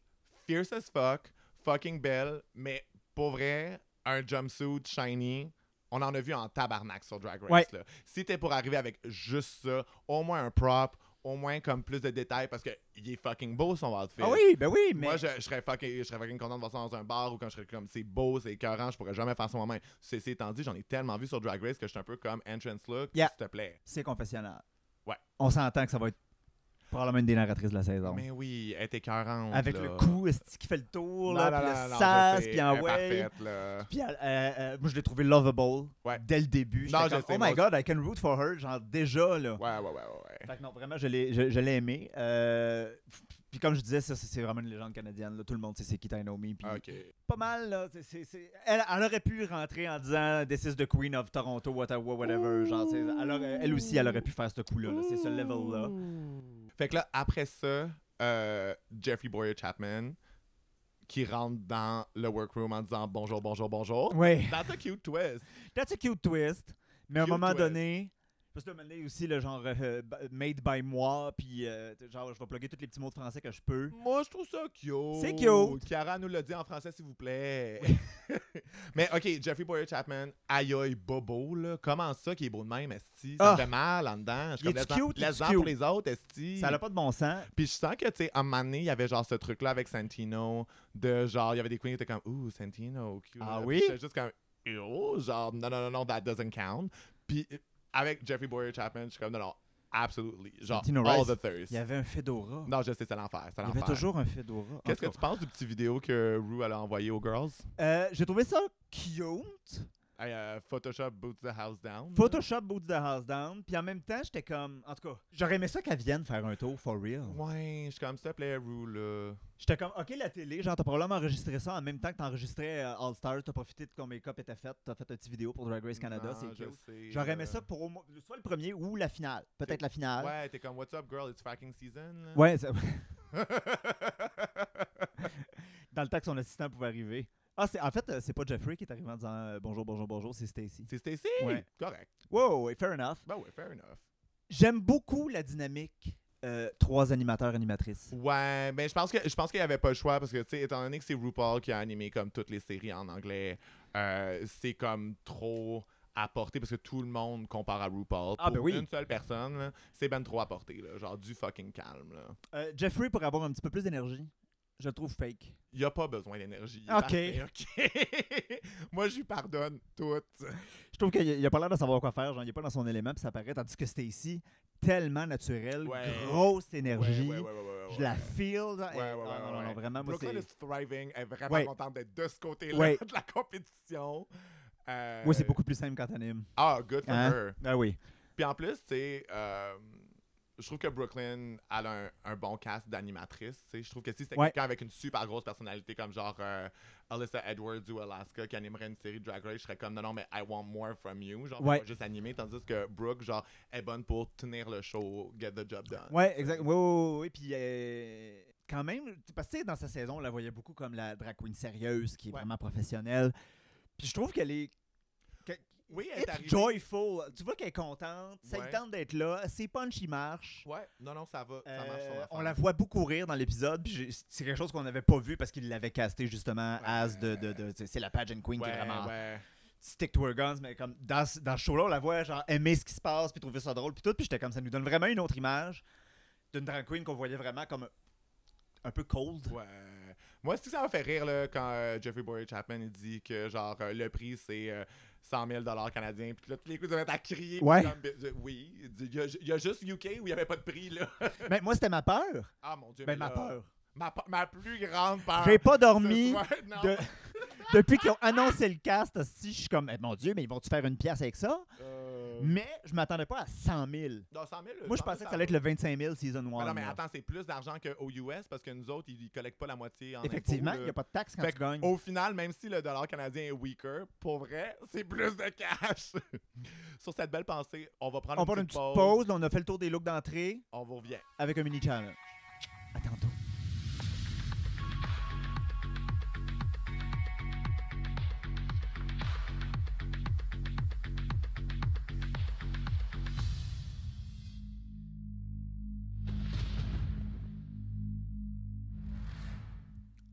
fierce as fuck, fucking belle, mais pour vrai, un jumpsuit shiny, on en a vu en tabarnak sur Drag Race.
Ouais.
Là. Si t'es pour arriver avec juste ça, au moins un prop, au moins comme plus de détails, parce que il est fucking beau son outfit.
Ah oui, ben oui, mais.
Moi, je, je serais fucking, je serais fucking content de voir ça dans un bar ou quand je serais comme c'est beau, c'est écœurant, je pourrais jamais faire ça moi-même. Ceci étant dit, j'en ai tellement vu sur Drag Race que je suis un peu comme entrance look,
Yeah.
s'il te plaît.
c'est confessionnal.
Ouais.
On s'entend que ça va être probablement une des narratrices de la saison.
Mais oui, elle est écœurante.
Avec
là.
le cou esti, qui fait le tour,
Non,
là,
non,
puis
non,
le
non, je
sas,
sais,
puis en
elle est
wave.
parfaite, là.
Puis elle- euh, euh, moi, je l'ai trouvé lovable
Ouais.
dès le début. J'étais
Non, je
comme,
sais,
oh
moi
my god, I can root for her, genre déjà, là.
Ouais, ouais, ouais, ouais. ouais.
Fait que non, vraiment, je l'ai, je, je l'ai aimé. Euh, puis comme je disais, ça, c'est c'est vraiment une légende canadienne. Là. Tout le monde sait c'est qui Tainomi. Puis
Ok.
pas mal, là. C'est- c'est- c'est- Elle, elle aurait pu rentrer en disant This is the queen of Toronto, Ottawa, whatever. Genre, c'est- elle, aurait- elle aussi, elle aurait pu faire ce coup-là. là. C'est ce level-là.
Fait que là, après ça, euh, Jeffrey Boyer Chapman qui rentre dans le workroom en disant bonjour, bonjour, bonjour.
Oui.
That's a cute twist.
That's a cute twist. Mais à un
Cute
moment
twist.
donné, parce que là, maintenant, il y a aussi le genre euh, b- made by moi, puis euh, genre je vais plugger tous les petits mots de français que je peux.
Moi, je trouve ça cute.
C'est cute.
Chiara nous l'a dit en français, s'il vous plaît. Mais ok, Jeffrey Boyer Chapman, aïe aïe, bobo, là. Comment ça qu'il est beau de même, Esti? Ça
Ah.
me fait mal en dedans. Je suis
Il est-tu
comme, laisse-en-
cute, il est-tu
laisse-en pour
cute?
les autres, Esti.
Ça n'a pas de bon sens.
Puis je sens que, tu sais, à un moment donné, il y avait genre ce truc-là avec Santino, de genre, il y avait des queens qui étaient comme, ouh, Santino, cute.
Ah
Puis
oui?
J'étais juste comme, oh, genre, non, non, non, non, that doesn't count. Puis euh, avec Jeffrey Boyer Chapman, je suis comme, non, non, absolutely. Genre,
Santino
all
Rice,
the thirst.
Il y avait un fedora.
Non, je sais, c'est l'enfer, c'est
il y avait
l'enfer.
toujours un fedora. En
Qu'est-ce
tout
que
cas.
tu penses du petit vidéo que Rue elle a envoyé aux girls?
Euh, J'ai trouvé ça cute.
Hey, euh, Photoshop boots the house down.
Photoshop boots the house down. Puis en même temps, j'étais comme. En tout cas, j'aurais aimé ça qu'elle vienne faire un tour for real.
Ouais, je suis comme, s'il te plaît, Rue, là.
J'étais comme, OK, la télé, genre, t'as probablement enregistré ça en même temps que t'enregistrais euh, All Stars. T'as profité de ton make-up était fait. T'as fait une petite vidéo pour Drag Race Canada.
Non,
C'est
je
cute.
sais,
J'aurais
là.
aimé ça pour au moins- soit le premier ou la finale.
C'est-
Peut-être la finale.
euh, Ouais, t'es comme, what's up, girl, it's fracking season? là.
Ouais, ça- dans le temps que son assistant pouvait arriver. Ah, c'est en fait, euh, c'est pas Jeffrey qui est arrivé en disant euh, bonjour, bonjour, bonjour, c'est Stacy.
C'est Stacy?
Ouais.
Correct.
Wow, ouais, fair enough.
Ben ouais, fair enough.
J'aime beaucoup la dynamique euh, trois animateurs animatrices.
Ouais, mais je pense que je pense qu'il n'y avait pas le choix parce que tu sais, étant donné que c'est RuPaul qui a animé comme toutes les séries en anglais, euh, c'est comme trop apporté parce que tout le monde compare à RuPaul.
Ah,
Pour
ben oui.
Une seule personne, là, c'est ben trop apporté, là, genre du fucking calme. Là.
Euh, Jeffrey pour avoir un petit peu plus d'énergie. Je le trouve fake.
Il n'y a pas besoin d'énergie.
Ok.
Parfait, ok. Moi, je lui pardonne tout.
Je trouve qu'il a- il a pas l'air de savoir quoi faire, genre il est pas dans son élément puis ça paraît tandis que Stacy tellement naturelle,
Ouais.
grosse énergie.
Ouais, ouais, ouais, ouais, ouais, ouais.
Je la feel. genre,
Ouais, ouais,
eh, non,
ouais,
non,
ouais,
non,
ouais.
non, vraiment moi
Brooklyn
c'est
is thriving, elle est vraiment
Ouais.
contente d'être de ce côté-là
Ouais.
de la compétition. Euh,
Moi c'est beaucoup plus simple quand t'animes.
Ah, good for
Hein?
her.
Ah oui.
Puis en plus, tu sais, euh, je trouve que Brooklyn elle a un, un bon cast d'animatrice. tu sais. Je trouve que si c'était
Ouais.
quelqu'un avec une super grosse personnalité comme genre euh, Alyssa Edwards ou Alaska qui animerait une série de Drag Race, je serais comme non, non, mais I want more from you. Genre,
Ouais.
fais-moi juste animer. Tandis que Brooke, genre, est bonne pour tenir le show, get the job done.
Ouais, exact. Oui, oui, oui, oui. Puis euh, quand même, parce que tu sais, dans sa saison, on la voyait beaucoup comme la drag queen sérieuse qui est
Ouais.
vraiment professionnelle. Puis je trouve qu'elle est
Oui, elle est
it's
arrivée.
joyful. Tu vois qu'elle est contente, ça lui
Ouais.
tente d'être là, ses punch il marche.
Ouais, non, non, ça va. ça
Euh,
marche son
on
affaire.
la voit beaucoup rire dans l'épisode, puis j'ai- c'est quelque chose qu'on n'avait pas vu parce qu'il l'avait casté justement as de, de, de- c'est la pageant queen qui est vraiment
Ouais, ouais.
stick to her guns, mais comme dans, ce- dans ce show-là, on la voit genre aimer ce qui se passe, puis trouver ça drôle, puis tout, puis j'étais comme ça nous donne vraiment une autre image d'une drag queen qu'on voyait vraiment comme un peu cold.
Ouais. Moi, c'est que ça m'a fait rire là, quand euh, Jeffrey Boyer Chapman il dit que genre euh, le prix c'est euh, 100 000 canadiens. Puis là, tous les coups, ils ont à crier. puis
Ouais.
comme, euh, oui. Il dit, Il y, a- il y a juste UK où il n'y avait pas de prix. là.
Mais moi, c'était ma peur.
Ah mon dieu.
Ben,
mais
ma
là,
peur.
Ma, pe- ma plus grande peur.
J'ai pas
ce
dormi
soir, non.
de- depuis qu'ils ont annoncé le cast. Si je suis comme, Eh, mon Dieu, mais ils vont-tu faire une pièce avec ça?
Euh,
Mais je m'attendais pas à 100 000.
dans 100 000,
Moi, je
100 000,
pensais que ça allait être le 25 000 season 1.
Mais Ben non, mais attends, c'est plus d'argent qu'aux US parce que nous autres, ils ne collectent pas la moitié en impôts,
Effectivement,
là.
il n'y a pas de taxe quand
Fait
tu gagnes.
Au final, même si le dollar canadien est weaker, pour vrai, c'est plus de cash. Sur cette belle pensée, on va prendre
On
une,
prend une
petite
petite
pause.
pause, on a fait le tour des looks d'entrée
On vous revient.
avec un mini-challenge. À tantôt.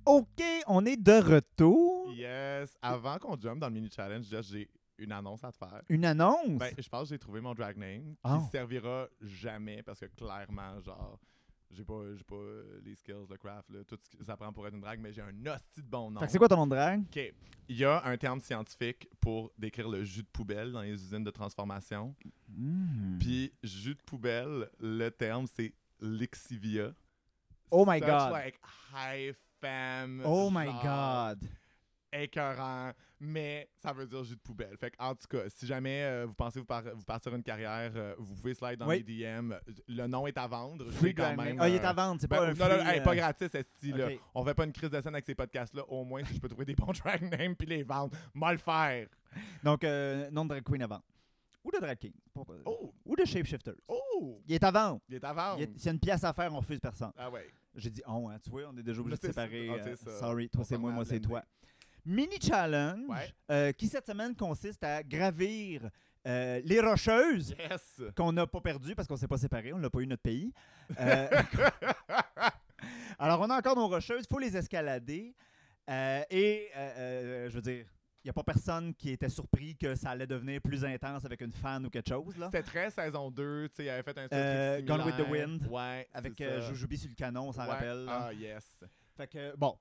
OK, on est de retour.
Yes. Avant qu'on jump dans le mini challenge, Jess, j'ai une annonce à te faire.
Une annonce.
Ben, je pense que j'ai trouvé mon drag name qui
Oh.
servira jamais parce que clairement, genre, j'ai pas, j'ai pas euh, les skills, le craft, là, tout ce que ça prend pour être une drag, mais j'ai un hostie de bon nom.
Fait que c'est quoi ton nom de drague?
OK. Il y a un terme scientifique pour décrire le jus de poubelle dans les usines de transformation.
Hmm.
Puis jus de poubelle, le terme c'est lexivia.
Oh my
Such,
God.
Like high femme.
oh my
genre,
God.
Écœurant, mais ça veut dire jus de poubelle. Fait que, en tout cas, si jamais euh, vous pensez vous, par- vous partir une carrière, euh, vous pouvez slide dans
Oui.
les DM. Le nom est à vendre. Je
Free
l'ai quand
Grand
même.
Name. Ah, il
euh,
est à vendre, c'est
ben,
pas un
non, non,
free,
hey,
euh,
pas gratis, esti, là.
ok.
On fait pas une crise de scène avec ces podcasts-là. Au moins, si je peux trouver des bons track names puis les vendre, moi le faire.
Donc, euh, nom de drag queen avant. Ou de drag king. Pour- euh,
Oh,
Ou de shapeshifter.
oh,
Il est à vendre.
il est à vendre.
Il est- S'il y a une pièce à faire, on refuse personne.
Ah ouais.
J'ai dit on, hein. tu vois, on est déjà obligé de
C'est ça.
séparer.
Ah,
euh,
c'est ça.
sorry, toi
On
c'est
s'en
moi,
va à
moi c'est
blender.
toi. Mini challenge
Ouais.
euh, qui cette semaine consiste à gravir euh, les rocheuses
Yes.
qu'on n'a pas perdues parce qu'on s'est pas séparés, on n'a pas eu notre pays. Euh, alors on a encore nos rocheuses, il faut les escalader. Euh, et euh, euh, je veux dire, il n'y a pas personne qui était surpris que ça allait devenir plus intense avec une fan ou quelque chose. Là.
C'était très saison 2, tu sais, il avait fait un truc
Euh,
similaire.
Gone with the Wind,
Ouais,
Avec
c'est
euh,
ça.
Jujubee sur le canon, on s'en
Ouais,
rappelle. là.
Ah, yes.
Fait que, bon,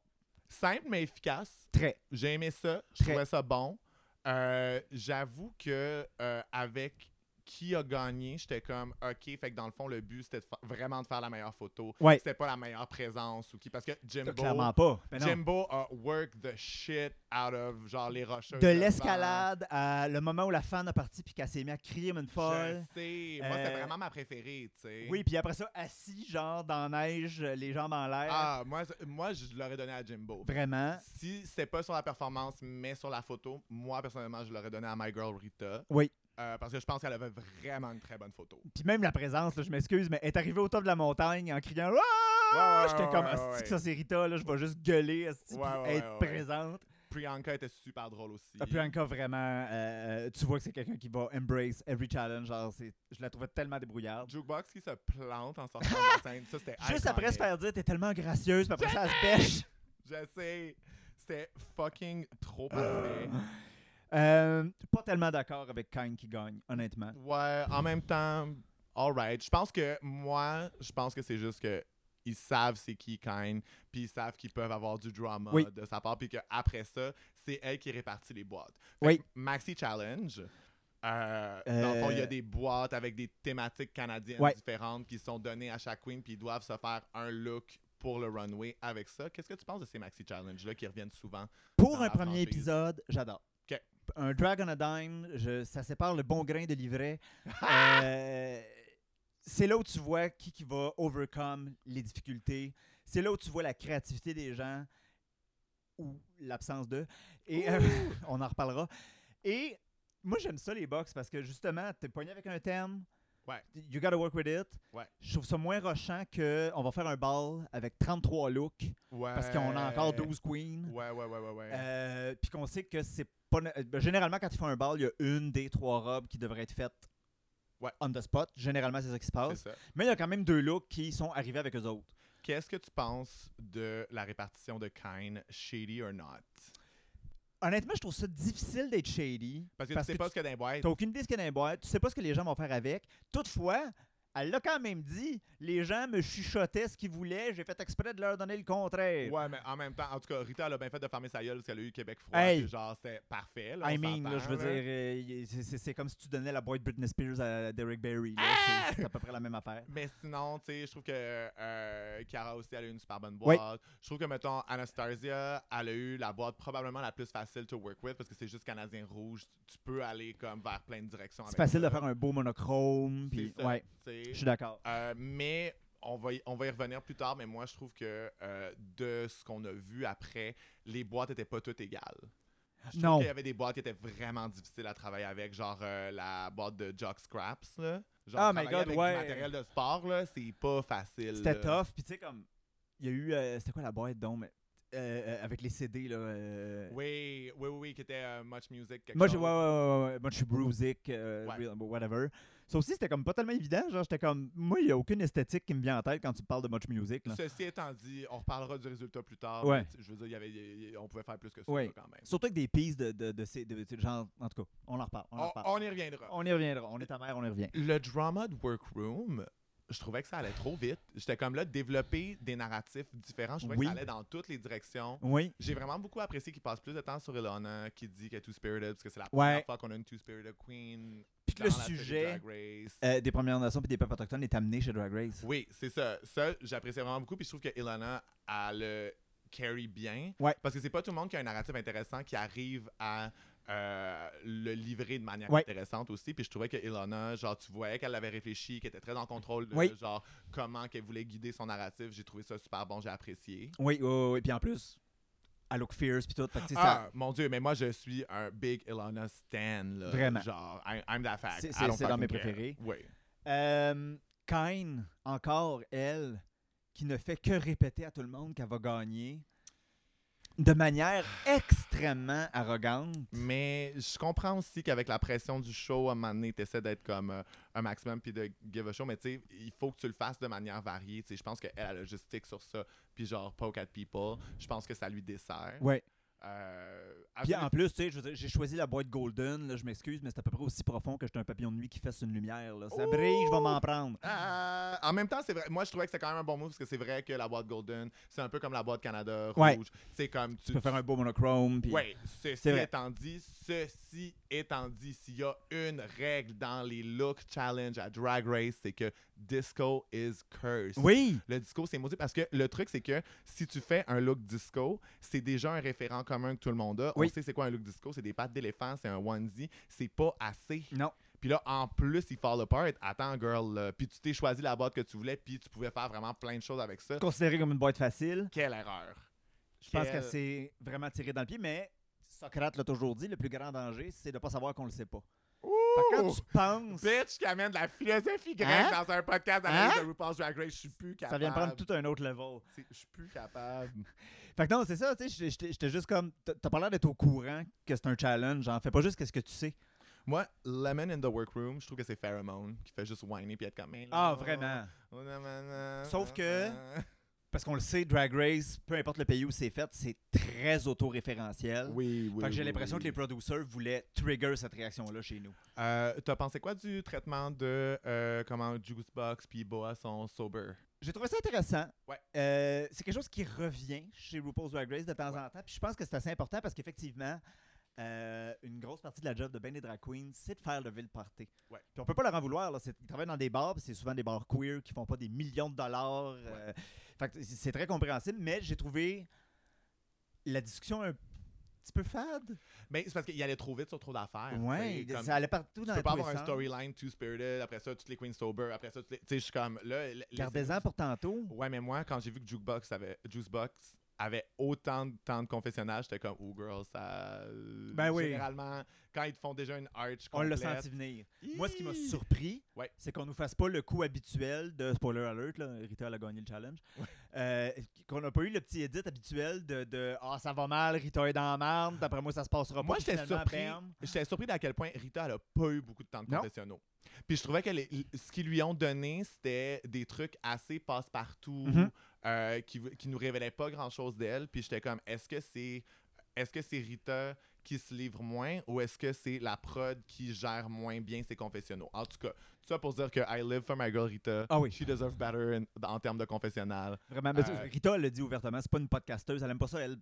Simple mais efficace.
très.
J'ai aimé ça. Je
Très.
trouvais ça bon. Euh, J'avoue que euh, avec qui a gagné, j'étais comme OK, fait que dans le fond, le but c'était de fa- vraiment de faire la meilleure photo.
Ouais.
C'était pas la meilleure présence ou qui. Parce que Jimbo.
Clairement pas. Mais non.
Jimbo a work the shit out of genre les rocheuses.
De
devant.
l'escalade à le moment où la fan a parti puis qu'elle s'est mise à crier comme une folle.
Je sais. Moi, c'est
Euh,
vraiment ma préférée, tu sais.
Oui, puis après ça, assis, genre, dans la neige, euh, les jambes en l'air.
Ah, moi, c'est- moi je l'aurais donné à Jimbo.
Vraiment.
Si c'est pas sur la performance, mais sur la photo, moi, personnellement, je l'aurais donné à My Girl Rita.
Oui.
Euh, parce que je pense qu'elle avait vraiment une très bonne photo.
Puis même la présence, là, je m'excuse, mais elle est arrivée au top de la montagne en criant Ah!
Ouais, ouais,
J'étais
ouais,
comme ah,
ouais,
Asti
ouais.
que ça c'est Rita, là, je vais juste gueuler, Asti,
Ouais,
puis
ouais,
être
ouais, ouais.
présente.
Priyanka était super drôle aussi.
Ah, Priyanka, vraiment, euh, euh, tu vois que c'est quelqu'un qui va embrace every challenge. Genre, c'est- je la trouvais tellement débrouillarde.
Jukebox qui se plante en sortant de la scène. Ça, c'était
Juste après se
iconic.
faire dire, t'es tellement gracieuse, puis après ça, elle se pêche.
Je sais. C'était fucking trop parfait.
Ah. Euh, pas tellement d'accord avec Kang qui gagne, honnêtement.
Ouais, en même temps, alright. Je pense que moi, je pense que c'est juste que ils savent c'est qui Kine, puis ils savent qu'ils peuvent avoir du drama
Oui.
de sa part, puis qu'après ça, c'est elle qui répartit les boîtes.
Oui.
que Maxi Challenge. euh, Dans le fond, il y a
Euh.
des boîtes avec des thématiques canadiennes
Ouais.
différentes qui sont données à chaque queen, puis ils doivent se faire un look pour le runway avec ça. Qu'est-ce que tu penses de ces Maxi Challenge-là qui reviennent souvent?
Pour
Dans
un
la
premier
franchise.
épisode, j'adore.
Ok.
Un drag on a dime, je- ça sépare le bon grain de l'ivraie. Euh, c'est là où tu vois qui, qui va overcome les difficultés. C'est là où tu vois la créativité des gens ou l'absence d'eux. Et euh, on en reparlera. Et moi, j'aime ça, les box, parce que justement, t'es poigné avec un thème.
Ouais.
You gotta work with it.
Ouais.
Je trouve ça moins rochant que on va faire un ball avec 33 looks parce qu'on a encore
Euh,
12 queens.
Ouais, ouais, ouais, ouais. ouais.
Euh, puis qu'on sait que c'est pas. ne- euh, ben, Généralement, quand ils font un bal, il y a une des trois robes qui devrait être faite
Ouais.
on the spot. Généralement, c'est ça qui se
c'est
passe.
ça.
Mais il y a quand même deux looks qui sont arrivés avec eux autres.
Qu'est-ce que tu penses de la répartition de Kine, shady or not?
Honnêtement, je trouve ça difficile d'être shady.
Parce que tu sais pas ce que d'un boîte.
T'as aucune idée ce qu'il y a dans les boîtes, tu sais pas ce que les gens vont faire avec. Toutefois, elle l'a quand même dit, les gens me chuchotaient ce qu'ils voulaient, j'ai fait exprès de leur donner le contraire.
Ouais, mais en même temps, en tout cas, Rita, elle a bien fait de fermer sa gueule parce qu'elle a eu Québec froid.
Hey!
puis genre, c'était parfait. Là,
I
on
mean, là,
s'entend,
je veux
là.
dire, euh, y- c'est- c'est c'est comme si tu donnais la boîte Britney Spears à Derek Barry. là.
Ah!
C'est- C'est à peu près la même affaire.
Mais sinon, tu sais, je trouve que euh, Cara aussi, elle a eu une super bonne
Oui.
boîte. Je trouve que, mettons, Anastasia, elle a eu la boîte probablement la plus facile to work with parce que c'est juste Canadien rouge. Tu peux aller comme vers plein de directions.
C'est facile de faire un beau monochrome. Puis, ouais, je suis d'accord.
Euh, mais on va, y, on va y revenir plus tard, mais moi, je trouve que euh, de ce qu'on a vu après, les boîtes étaient pas toutes égales. Je trouve
Non.
qu'il y avait des boîtes qui étaient vraiment difficiles à travailler avec, genre euh, la boîte de Jock Scraps, là. Genre,
Ah, my
travailler
God,
avec
ouais.
du matériel de sport, là, c'est pas facile.
C'était
là.
tough. Puis, tu sais, comme, il y a eu. euh, C'était quoi la boîte donc mais, euh, euh, Avec les CD, là. euh,
Oui, oui, oui, oui, qui était euh, Much Music. quelque
Moi, j'ai-
chose.
ouais, ouais, ouais, ouais, Moi, je suis bruisic, euh,
Ouais.
real- whatever. Ça aussi, c'était comme pas tellement évident. Genre, j'étais comme, moi, il n'y a aucune esthétique qui me vient en tête quand tu parles de much music. Là.
Ceci étant dit, on reparlera du résultat plus tard.
Ouais.
mais tu- Je veux dire, il y avait, il y- on pouvait faire plus que ça
Ouais.
là, quand même.
Surtout avec des pistes de, de, de, ces- de- de- genre, en tout cas, on en reparle. On, en
On,
reparle.
on y reviendra.
On y reviendra. On est ta mère, on y revient.
le drama de Workroom, je trouvais que ça allait trop vite. J'étais comme là, développer des narratifs différents. Je trouvais
Oui.
que ça allait dans toutes les directions.
Oui.
J'ai vraiment beaucoup apprécié qu'il passe plus de temps sur Ilona, qui dit qu'elle est two-spirited, parce que c'est la
Ouais.
première fois qu'on a une two-spirited queen.
Puis que
dans
le
la série
sujet
Drag Race.
euh, des Premières Nations et des peuples autochtones est amené chez Drag Race.
Oui, c'est ça. Ça, j'appréciais vraiment beaucoup. Puis je trouve que Ilona, elle le carry bien.
Ouais.
Parce que c'est pas tout le monde qui a un narratif intéressant qui arrive à euh, le livrer de manière
Ouais.
intéressante aussi. Puis je trouvais que Ilona, genre, tu voyais qu'elle avait réfléchi, qu'elle était très en contrôle de
Oui.
genre, comment qu'elle voulait guider son narratif. J'ai trouvé ça super bon, j'ai apprécié.
Oui, oui, oui. oui. Puis en plus, I look fierce, puis tout. Fait que, tu sais, ça-
Ah, mon Dieu, mais moi, je suis un big Ilona Stan. Là,
Vraiment.
Genre, I- I'm that fact.
C'est-
I
c'est-
don't
c'est dans
fucking
mes
care.
préférés.
Oui.
Euh, Kine, encore, elle, qui ne fait que répéter à tout le monde qu'elle va gagner de manière extrêmement arrogante.
Mais je comprends aussi qu'avec la pression du show, à un moment donné, tu d'être comme euh, un maximum puis de give a show. Mais tu sais, il faut que tu le fasses de manière variée. Tu sais, je pense qu'elle, elle a juste stick sur ça. Puis genre, poke at people. Je pense que ça lui dessert.
Ouais.
Euh,
Puis
après-
en plus, tu sais, je veux dire, j'ai choisi la boîte golden, là, je m'excuse, mais c'est à peu près aussi profond que j'étais un papillon de nuit qui fasse une lumière. Là. Ça
Ouh!
brille, je vais m'en prendre.
Euh, en même temps, c'est vrai. Moi, je trouvais que c'était quand même un bon move parce que c'est vrai que la boîte Golden, c'est un peu comme la boîte Canada
Ouais.
rouge. C'est comme tu,
Tu peux faire un beau monochrome. Puis...
Oui, ceci
C'est vrai.
étant dit, ceci étant dit, s'il y a une règle dans les look challenge à Drag Race, c'est que disco is cursed.
Oui.
Le disco, c'est maudit parce que le truc, c'est que si tu fais un look disco, c'est déjà un référent commun que tout le monde a.
Oui.
On sait c'est quoi un look disco, c'est des pattes d'éléphant, c'est un onesie, c'est pas assez.
Non.
Puis là, en plus, il fall apart. Attends, girl, là. puis tu t'es choisi la boîte que tu voulais, puis tu pouvais faire vraiment plein de choses avec ça.
Considéré comme une boîte facile,
Quelle erreur.
je pense
Quelle-
qu'elle s'est vraiment tirée dans le pied, mais Socrate l'a toujours dit, le plus grand danger, c'est de ne pas savoir qu'on le sait pas. Fait que
Oh!
quand tu penses,
Bitch qui amène de la philosophie grecque
Hein?
dans un podcast d'analyse
Hein?
de RuPaul's Drag Race, je suis plus capable.
ça vient prendre tout un autre level.
C'est- Je suis plus capable.
Fait que non, c'est ça, tu sais, j'étais- j'étais juste comme. t'as- T'as pas l'air d'être au courant que c'est un challenge, genre, fais pas juste qu'est-ce que tu sais.
Moi, Lemon in the Workroom, je trouve que c'est Pheromone qui fait juste whiner puis être comme. Mais
Ah,
là,
vraiment.
oh, na, na, na,
Sauf
na,
que-
na.
Parce qu'on le sait, Drag Race, peu importe le pays où c'est fait, c'est très autoréférentiel.
Oui, oui.
fait que j'ai
oui,
l'impression
oui.
que les producers voulaient trigger cette réaction-là chez nous.
Euh, T'as pensé quoi du traitement de euh, comment Juicebox puis Boa sont sober?
J'ai trouvé ça intéressant.
Ouais.
Euh, c'est quelque chose qui revient chez RuPaul's Drag Race de temps
Ouais.
en temps. Puis je pense que c'est assez important parce qu'effectivement, euh, une grosse partie de la job de Ben et Drag Queens, c'est de faire le ville party.
Ouais.
Puis on peut pas leur en vouloir. Là. C'est- Ils travaillent dans des bars, puis c'est souvent des bars queer qui font pas des millions de dollars. euh, fait que c'est- c'est très compréhensible, mais j'ai trouvé la discussion un petit peu fade.
Ben, c'est parce qu'il allait trop vite sur trop d'affaires.
Ouais,
tu sais, Ah, comme-
ça allait partout
Tu
dans
peux
les
pas
tous les
avoir un
sens.
storyline Two Spirited, après ça, toutes les Queens Sober, après ça, toutes les. Tu sais, je suis comme. Là, l-
Gardez-en pour tantôt.
Ouais, mais moi, quand j'ai vu que Jukebox avait, Juicebox avait autant de temps de confessionnage, j'étais comme, oh girl, ça.
Ben oui.
Généralement, quand ils te font déjà une arch,
On l'a
complète,
senti venir. Moi, ce qui m'a
Hi!
surpris,
Ouais.
c'est qu'on nous fasse pas le coup habituel de spoiler alert, là, Rita elle a gagné le challenge, Euh, qu'on n'a pas eu le petit edit habituel de de, ah ça va mal, Rita est dans la merde, d'après moi ça se passera pas.
Moi,
Puis
j'étais
finalement,
surpris.
bam.
J'étais surpris d'à quel point Rita, elle a pas eu beaucoup de temps de
Non.
confessionnaux. Puis je trouvais que les- ce qu'ils lui ont donné, c'était des trucs assez passe-partout,
Mhm.
euh, qui, qui nous révélaient pas grand-chose d'elle. Puis j'étais comme, est-ce que c'est. Est-ce que c'est Rita qui se livre moins ou est-ce que c'est la prod qui gère moins bien ses confessionnaux? En tout cas, tout ça pour dire que I live for my girl Rita.
Ah oui.
She deserves better in- en termes de confessionnal.
Vraiment, mais
Euh,
Rita elle le dit ouvertement, c'est pas une podcasteuse, elle aime pas ça, elle,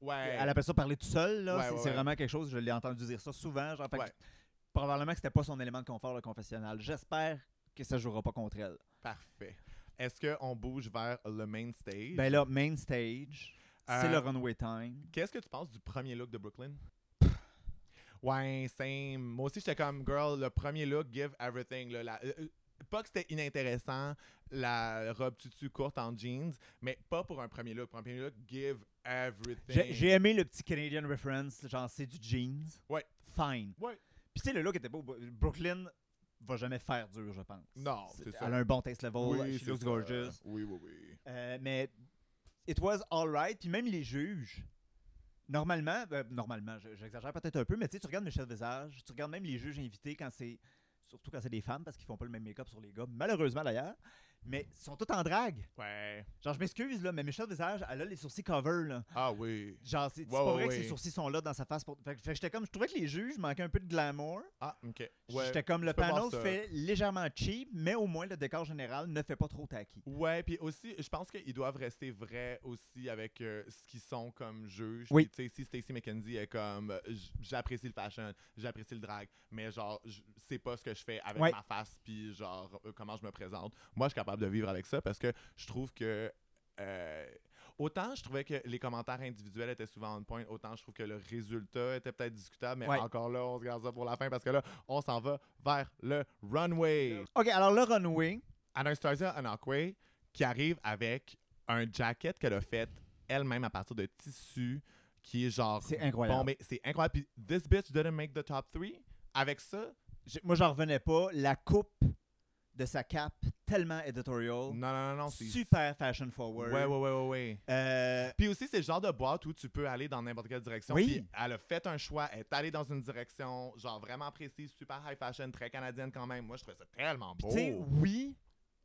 Ouais.
elle appelle ça parler tout seul, là.
Ouais,
c'est
ouais,
c'est
ouais.
vraiment quelque chose, je l'ai entendu dire ça souvent, genre, fait que
Ouais.
probablement que c'était pas son élément de confort le confessionnal. J'espère que ça jouera pas contre elle.
Parfait. Est-ce qu'on bouge vers le main stage?
Ben là, main stage, c'est
Euh,
le runway time.
Qu'est-ce que tu penses du premier look de Brooklyn? Ouais, same. Moi aussi, j'étais comme, girl, le premier look, give everything. là, la- euh, euh, pas que c'était inintéressant, la robe tutu courte en jeans, mais pas pour un premier look. Pour un premier look, give everything.
J'ai j'ai aimé le petit Canadian reference, genre c'est du jeans.
Ouais.
Fine.
Ouais.
Puis tu sais, le look était beau. Brooklyn va jamais faire dur, je pense.
Non, c'est ça.
Elle a un bon taste level.
Oui,
she
c'est
looks
ça. euh,
gorgeous.
Oui, oui, oui.
Euh, mais it was alright. Puis même les juges, normalement, ben, normalement, je- j'exagère peut-être un peu, mais tu sais, tu regardes Michel Visage, tu regardes même les juges invités quand c'est. Surtout quand c'est des femmes, parce qu'ils font pas le même make-up sur les gars, malheureusement d'ailleurs. Mais ils sont tous en drague.
Ouais.
Genre, je m'excuse, là, mais Michel Visage, elle a les sourcils cover, là.
Ah oui.
Genre, c'est c'est
Ouais,
pas
ouais,
vrai que
ouais.
ses sourcils sont là dans sa face. Pour... Fait que fait que j'étais comme, je trouvais que les juges manquaient un peu de glamour.
Ah, ok.
j'étais comme, le
je peux voir
panel
ça.
fait légèrement cheap, mais au moins le décor général ne fait pas trop tacky.
Ouais, puis aussi, je pense qu'ils doivent rester vrais aussi avec euh, ce qu'ils sont comme juges.
Oui.
Puis, tu sais, si Stacey McKenzie est comme, euh, j- j'apprécie le fashion, j'apprécie le drag, mais genre, je- c'est pas ce que je fais avec
Ouais.
ma face, puis genre, euh, comment je me présente. Moi, je suis capable de vivre avec ça parce que je trouve que. euh, Autant je trouvais que les commentaires individuels étaient souvent on point, autant je trouve que le résultat était peut-être discutable, mais
Ouais.
encore là, on se garde ça pour la fin parce que là, on s'en va vers le runway.
Ok, alors le runway,
Anastasia Anakwe qui arrive avec un jacket qu'elle a fait elle-même à partir de tissu qui est genre
c'est incroyable.
bombé. C'est incroyable. Puis this bitch didn't make the top three. Avec ça,
J'ai- Moi, j'en revenais pas. La coupe de sa cape, tellement editorial.
non, non, non, non. c'est-
Oh, super fashion forward.
Ouais, ouais, ouais, ouais, ouais.
Euh,
Puis aussi, c'est le genre de boîte où tu peux aller dans n'importe quelle direction.
Oui.
Puis elle a fait un choix, elle est allée dans une direction, genre vraiment précise, super high fashion, très canadienne quand même. Moi, je trouvais ça tellement
Puis
beau.
tu sais, oui,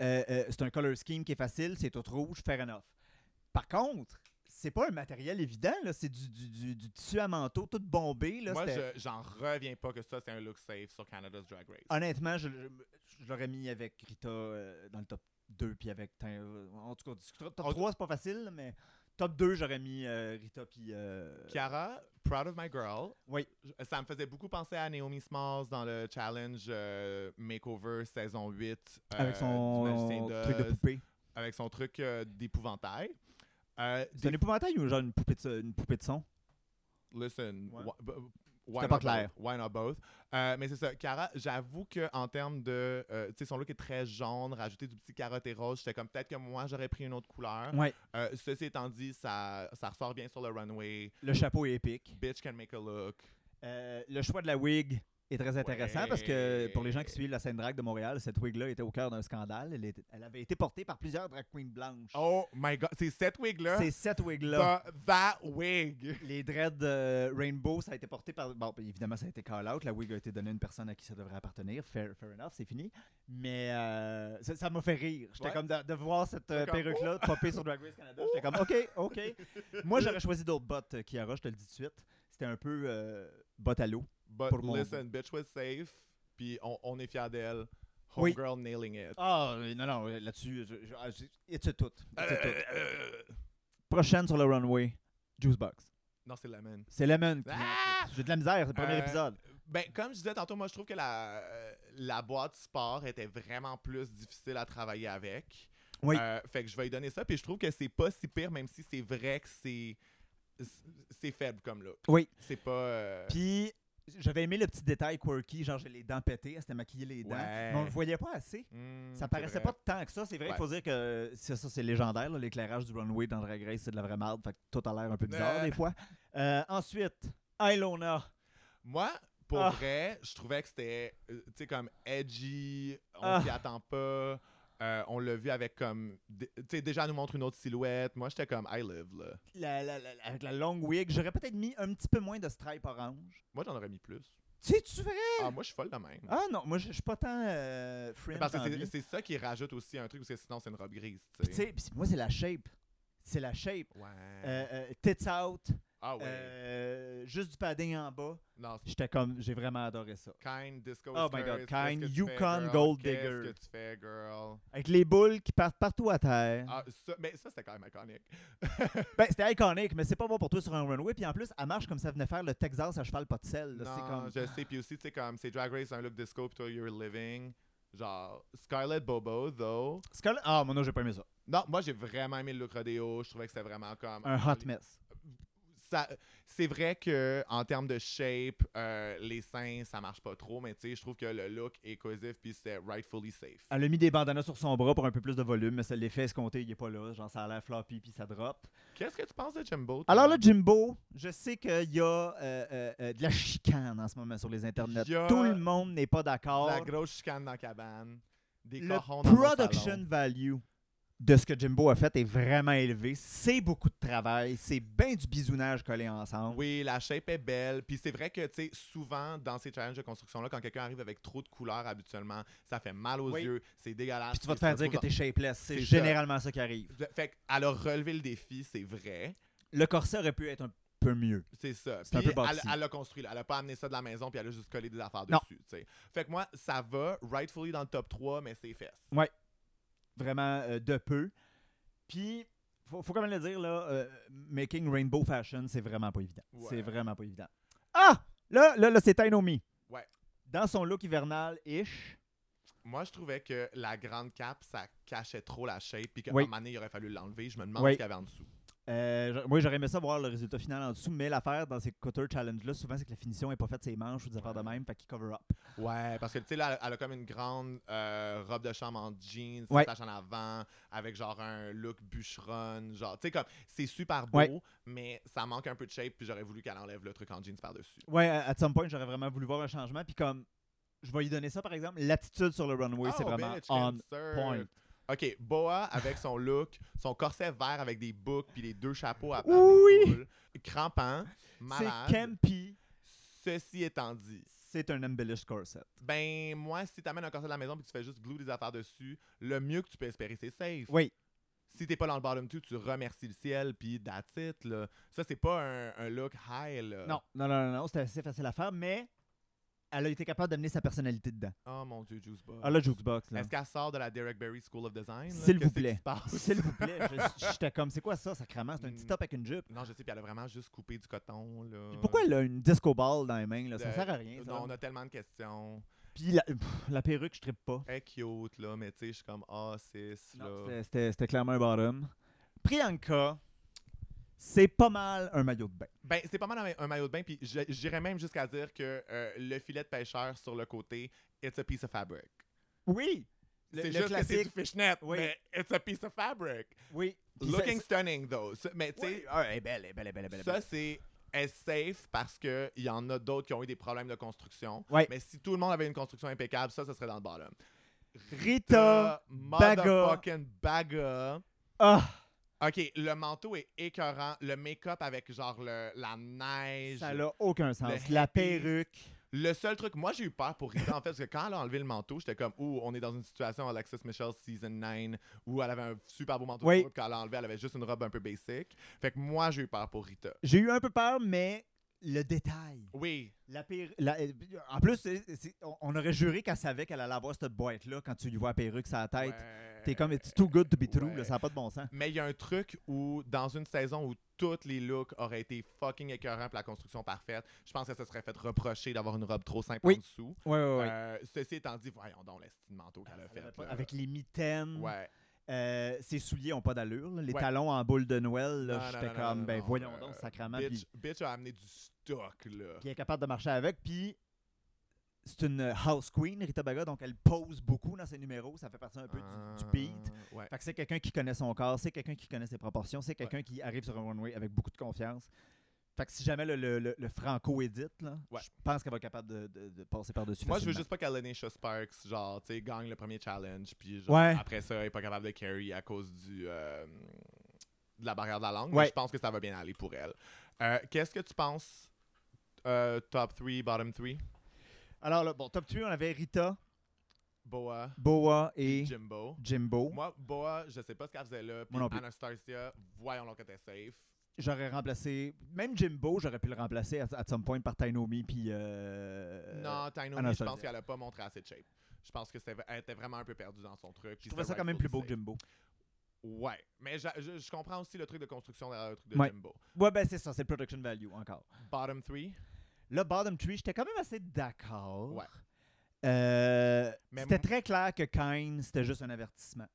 euh, euh, c'est un color scheme qui est facile, c'est tout rouge, fair enough. Par contre, c'est pas un matériel évident, là, c'est du, du, du- du tissu à manteau tout bombé. Là,
Moi,
c'était-
je- j'en reviens pas que ça, c'est un look safe sur Canada's Drag Race.
Honnêtement, je, je- je l'aurais mis avec Rita euh, dans le top 2, puis avec. tin- euh, en tout cas, on discutera. Top
On-
3, c'est pas facile, mais top 2, j'aurais mis euh, Rita, puis. euh,
Chiara, proud of my girl.
Oui.
Je- Ça me faisait beaucoup penser à Naomi Smalls dans le challenge euh, Makeover saison 8. euh,
avec son
du Magicien
truc de
d'Oz,
poupée.
Avec son truc euh, d'épouvantail. Euh,
C'est un
des-
épouvantail ou genre une poupée de, une poupée de son
Listen.
Ouais.
wh- b- Why
C'était pas
not
clair.
Both? Why not both? Euh, mais c'est ça. Cara, j'avoue qu'en termes de. euh, tu sais, son look est très jaune, rajouter du petit carotte et rose. J'étais comme peut-être que moi, j'aurais pris une autre couleur.
Ouais.
Euh, ceci étant dit, ça, ça ressort bien sur le runway.
Le chapeau est épique.
Bitch can make a look.
Euh, le choix de la wig, est très intéressant parce que
Ouais.
pour les gens qui suivent la scène drag de Montréal, cette wig-là était au cœur d'un scandale. Elle, était- elle avait été portée par plusieurs drag queens blanches.
Oh Bah. my god, c'est cette wig-là.
C'est cette wig-là.
The- That wig.
Les dreads euh, Rainbow, ça a été porté par. Bon, puis évidemment, ça a été call out. La wig a été donnée à une personne à qui ça devrait appartenir. Fair, fair enough, c'est fini. Mais euh, ça ça m'a fait rire. J'étais
Ouais. Oh.
comme de, de voir cette euh,
T'es comme,
perruque-là popper sur Drag Race Canada. J'étais comme, OK, OK. Moi, j'aurais choisi d'autres bottes, euh, Kiara, je te le dis tout de suite. C'était un peu euh, botte à l'eau.
But
Pour mon-
listen, bitch was safe. Puis on, on est fiers d'elle.
Oui.
Homegirl nailing it.
Ah, euh, non, non, euh, là-dessus, je, je, ah, je- it's a tout. It's a tout.
Euh, euh,
Prochaine sur le runway, Juicebox.
non, c'est la même.
C'est Lemon. qui
Ah!
l'a fait. J'ai de la misère, c'est le premier
Euh,
épisode.
Ben, comme je disais tantôt, moi, je trouve que la, euh, la boîte sport était vraiment plus difficile à travailler avec.
Oui.
Euh, fait que je vais lui donner ça. Puis je trouve que c'est pas si pire, même si c'est vrai que c'est c'est faible comme look.
Oui.
C'est pas... euh,
Puis, j'avais aimé le petit détail quirky, genre j'ai les dents pétées, elle s'était maquillée les dents.
Ouais.
Mais on le voyait pas assez.
hmm,
Ça
c'est
paraissait
vrai.
pas tant que ça. C'est vrai
Ouais.
qu'il faut dire que c'est ça, c'est légendaire. là, L'éclairage du runway dans Drag Race, c'est de la vraie merde. Fait que tout a l'air un peu bizarre
Euh.
des fois. Euh, ensuite, Ilona.
Moi, pour
Ah.
vrai, je trouvais que c'était, euh, tu sais, comme edgy, on
Ah.
s'y attend pas. Euh, on l'a vu avec comme. dé- Tu sais, déjà, elle nous montre une autre silhouette. Moi, j'étais comme, I live, là.
la- la- la- la- avec la longue wig, j'aurais peut-être mis un petit peu moins de stripe orange.
Moi, j'en aurais mis plus.
C'est-tu vrai?
Ah, moi, je suis folle de même.
Ah non, moi je je suis pas tant euh,
Mais
fringe
Parce que
dans la
c'est-
vie.
c'est ça qui rajoute aussi un truc, parce que sinon, c'est une robe grise,
Puis
tu
tu
sais.
sais, puis moi c'est la shape. C'est la shape.
Ouais.
Euh, euh, tits out,
ah, ouais.
euh, juste du padding en bas.
non, c'est
J'étais comme, j'ai vraiment adoré ça.
kind, disco.
Oh my
Skirt,
God,
qu'est-ce
Kind,
que tu
Yukon
fais, girl?
Gold
Qu'est-ce
Digger.
que tu fais, girl?
Avec les boules qui partent partout à terre.
Ah, ça, mais ça, c'était quand même iconique.
Ben, c'était iconique, mais c'est pas bon pour toi sur un runway. Puis en plus, elle marche comme ça venait faire le Texas à cheval, pas de sel. là. C'est
Non,
comme...
je sais. Puis aussi, tu sais, comme c'est Drag Race, un look disco, puis toi, you're living. Genre, Scarlett Bobo, though.
Scarlett- Ah, mon nom, j'ai pas aimé ça.
Non, moi, j'ai vraiment aimé le look rodeo. Je trouvais que c'était vraiment comme.
Un hot mess.
Ça- C'est vrai que en termes de shape, euh, les seins, ça marche pas trop, mais tu sais, je trouve que le look est cohésif, puis c'était rightfully safe.
Elle a mis des bandanas sur son bras pour un peu plus de volume, mais ça, l'effet escompté, il est pas là. Genre, ça a l'air floppy, puis ça drop.
Qu'est-ce que tu penses de Jumbo? toi?
Alors là, Jimbo, je sais qu'il y a euh, euh, euh, de la chicane en ce moment sur les internets.
Il y a
Tout le monde n'est pas d'accord.
la grosse chicane dans la cabane, des
Le
cochons dans mon
production
salon.
value de ce que Jimbo a fait est vraiment élevé. C'est beaucoup de travail. C'est bien du bisounage collé ensemble.
Oui, la shape est belle. Puis c'est vrai que, tu sais, souvent, dans ces challenges de construction-là, quand quelqu'un arrive avec trop de couleurs habituellement, ça fait mal aux
Oui.
yeux, ah, c'est dégueulasse.
Puis tu vas te
puis
faire
ça
dire que t'es shapeless. C'est
C'est ça.
généralement ça qui arrive.
trouve- Fait qu'elle a relevé le défi, c'est vrai.
Le corset aurait pu être un peu mieux.
C'est ça.
C'est un
Puis
peu boxy.
elle, elle l'a construit, là. Elle a pas amené ça de la maison, puis elle a juste collé des affaires
Non.
dessus, tu sais. Fait que moi, ça va, rightfully dans le top 3, mais c'est fesses.
Vraiment euh, de peu. Puis, faut, faut quand même le dire, là, euh, making rainbow fashion, c'est vraiment pas évident.
Ouais.
C'est vraiment pas évident. Ah! Là, là, là c'est Tainomi.
Ouais.
Dans son look hivernal-ish,
Moi, je trouvais que la grande cape, ça cachait trop la shape, puis qu'à
Oui.
un moment donné, il aurait fallu l'enlever. Je me demande
Oui.
ce qu'il y avait en dessous.
Euh, j'a- moi, j'aurais aimé ça voir le résultat final en dessous, mais l'affaire dans ces cutter challenge-là, souvent, c'est que la finition est pas faite, c'est les manches ou des affaires de même, fait qu'ils cover up.
Ouais, parce que tu sais, là, elle a comme une grande euh, robe de chambre en jeans,
Ouais.
qui tache en avant, avec genre un look bûcheron, genre, tu sais, comme, c'est super beau,
Ouais.
mais ça manque un peu de shape, puis j'aurais voulu qu'elle enlève le truc en jeans par-dessus.
Ouais, à- at some point, j'aurais vraiment voulu voir un changement, puis comme, je vais lui donner ça, par exemple, l'attitude sur le runway, c'est
Oh,
vraiment
bitch,
on
insert.
point.
Ok, Boa avec son look, son corset vert avec des boucles, puis les deux chapeaux à
Oui.
cool, crampant, malade.
C'est campy,
Ceci étant dit,
c'est un embellished corset.
ben, moi, si t'amènes un corset de la maison, puis que tu fais juste glue des affaires dessus, le mieux que tu peux espérer, c'est safe.
Oui,
si t'es pas dans le bottom two, tu remercies le ciel, puis that's it, là. Ça, c'est pas un, un look high, là.
non, non, non, non, non, c'était assez facile à faire, mais elle a été capable d'amener sa personnalité dedans.
Oh mon Dieu, Juicebox.
Ah, là, Jukebox, là.
Est-ce qu'elle sort de la Derek Berry School of Design? là?
S'il vous
Qu'est-ce qui
plaît.
se passe?
S'il vous plaît, je- j'étais comme, c'est quoi ça, sacrément? C'est un petit top avec une jupe.
Non, je sais, puis elle a vraiment juste coupé du coton, là.
Pourquoi elle a une disco ball dans les mains, là? Ça
Euh,
sert à rien, ça.
Non, on a tellement de questions.
Puis la, pff, la perruque, je trippe pas.
Elle est cute, là, mais tu sais, je suis comme, ah, sis,
Non,
là.
c'était- C'était c'était clairement un bottom. Priyanka, c'est pas mal un maillot de bain.
Ben, c'est pas mal un ma- un maillot de bain, puis je- j'irais même jusqu'à dire que euh, le filet de pêcheur sur le côté, it's a piece of fabric.
Oui! Le, le
C'est juste que c'est
classique.
du fishnet,
Oui.
mais it's a piece of fabric.
Oui. Puis ça-
Looking stunning, though. Ça- Mais tu sais,
Oui. Ah, elle est belle, elle est belle, elle est belle, elle est belle.
Ça, c'est est safe parce qu'il y en a d'autres qui ont eu des problèmes de construction.
Ouais.
Mais si tout le monde avait une construction impeccable, ça, ça serait dans le bottom.
Rita
The
Baga.
Motherfucking Baga.
Ah,
OK, le manteau est écœurant. Le make-up avec genre le- la neige.
ça n'a aucun sens.
Le
La
happy-
perruque.
Le seul truc, moi j'ai eu peur pour Rita en fait, parce que quand elle a enlevé le manteau, j'étais comme, ouh, on est dans une situation Alexis Michelle season 9 où elle avait un super beau manteau,
Oui.
puis quand elle l'a enlevé, elle avait juste une robe un peu basic. Fait que moi j'ai eu peur pour Rita.
J'ai eu un peu peur, mais le détail.
Oui,
La perru- la- euh, en plus, c'est- c'est- on- on aurait juré qu'elle savait qu'elle allait avoir cette boîte-là quand tu lui vois la perruque sur la tête.
Ouais.
T'es comme, it's too good to be true,
Ouais.
là, ça n'a pas de bon sens.
Mais il y a un truc où, dans une saison où tous les looks auraient été fucking écœurants pour la construction parfaite, je pense que ça serait fait reprocher d'avoir une robe trop simple
Oui. Ah,
en dessous.
Ouais, ouais,
Euh, ceci étant dit, voyons donc l'estime manteau qu'elle a fait. là.
Avec les mitaines,
Ouais.
euh, ses souliers n'ont pas d'allure. là. Les
Ouais.
talons en boule de Noël,
Non,
là,
non,
j'étais
non, non,
comme,
non,
ben
non,
voyons
euh,
donc, sacrement.
Bitch,
Puis
bitch a amené du stock, là.
qui est capable de marcher avec. Puis c'est une house queen, Rita Baga, donc elle pose beaucoup dans ses numéros. Ça fait partie un peu du, du beat.
Ah, ouais.
Fait que c'est quelqu'un qui connaît son corps, c'est quelqu'un qui connaît ses proportions, c'est quelqu'un qui arrive sur un runway avec beaucoup de confiance. Fait que si jamais le, le- le- le franco édite, là,
Ouais.
je pense qu'elle va être capable de, de- de passer par-dessus.
Moi, je veux
facilement.
juste pas qu'Alenisha Sparks, genre, tu sais, gagne le premier challenge, puis genre,
Ouais.
après ça, elle est pas capable de carry à cause du, euh, de la barrière de la langue.
Ouais.
Mais je pense que ça va bien aller pour elle. Euh, Qu'est-ce que tu penses, euh, top 3, bottom 3?
Alors, là, bon, top 3, on avait Rita,
Boa,
Boa et
Jimbo.
Jimbo.
Moi, Boa, je sais pas ce qu'elle faisait là, puis
Moi non plus.
Anastasia, voyons donc que t'es safe.
J'aurais remplacé, même Jimbo, j'aurais pu le remplacer à at some point par Tainomi. Puis. euh,
non, Tainomi, je
Anastasia.
pense qu'elle a pas montré assez de shape. Je pense qu'elle était vraiment un peu perdue dans son truc.
Je trouvais ça quand même plus beau que Jimbo.
Ouais, mais j'a- je, je comprends aussi le truc de construction derrière le truc de
Ouais.
Jimbo.
Ouais, ben c'est ça, c'est le production value encore.
Bottom 3.
Le bottom tree, j'étais quand même assez d'accord.
Ouais.
Euh,
Mais
c'était
m-
très clair que Kane, c'était juste un avertissement.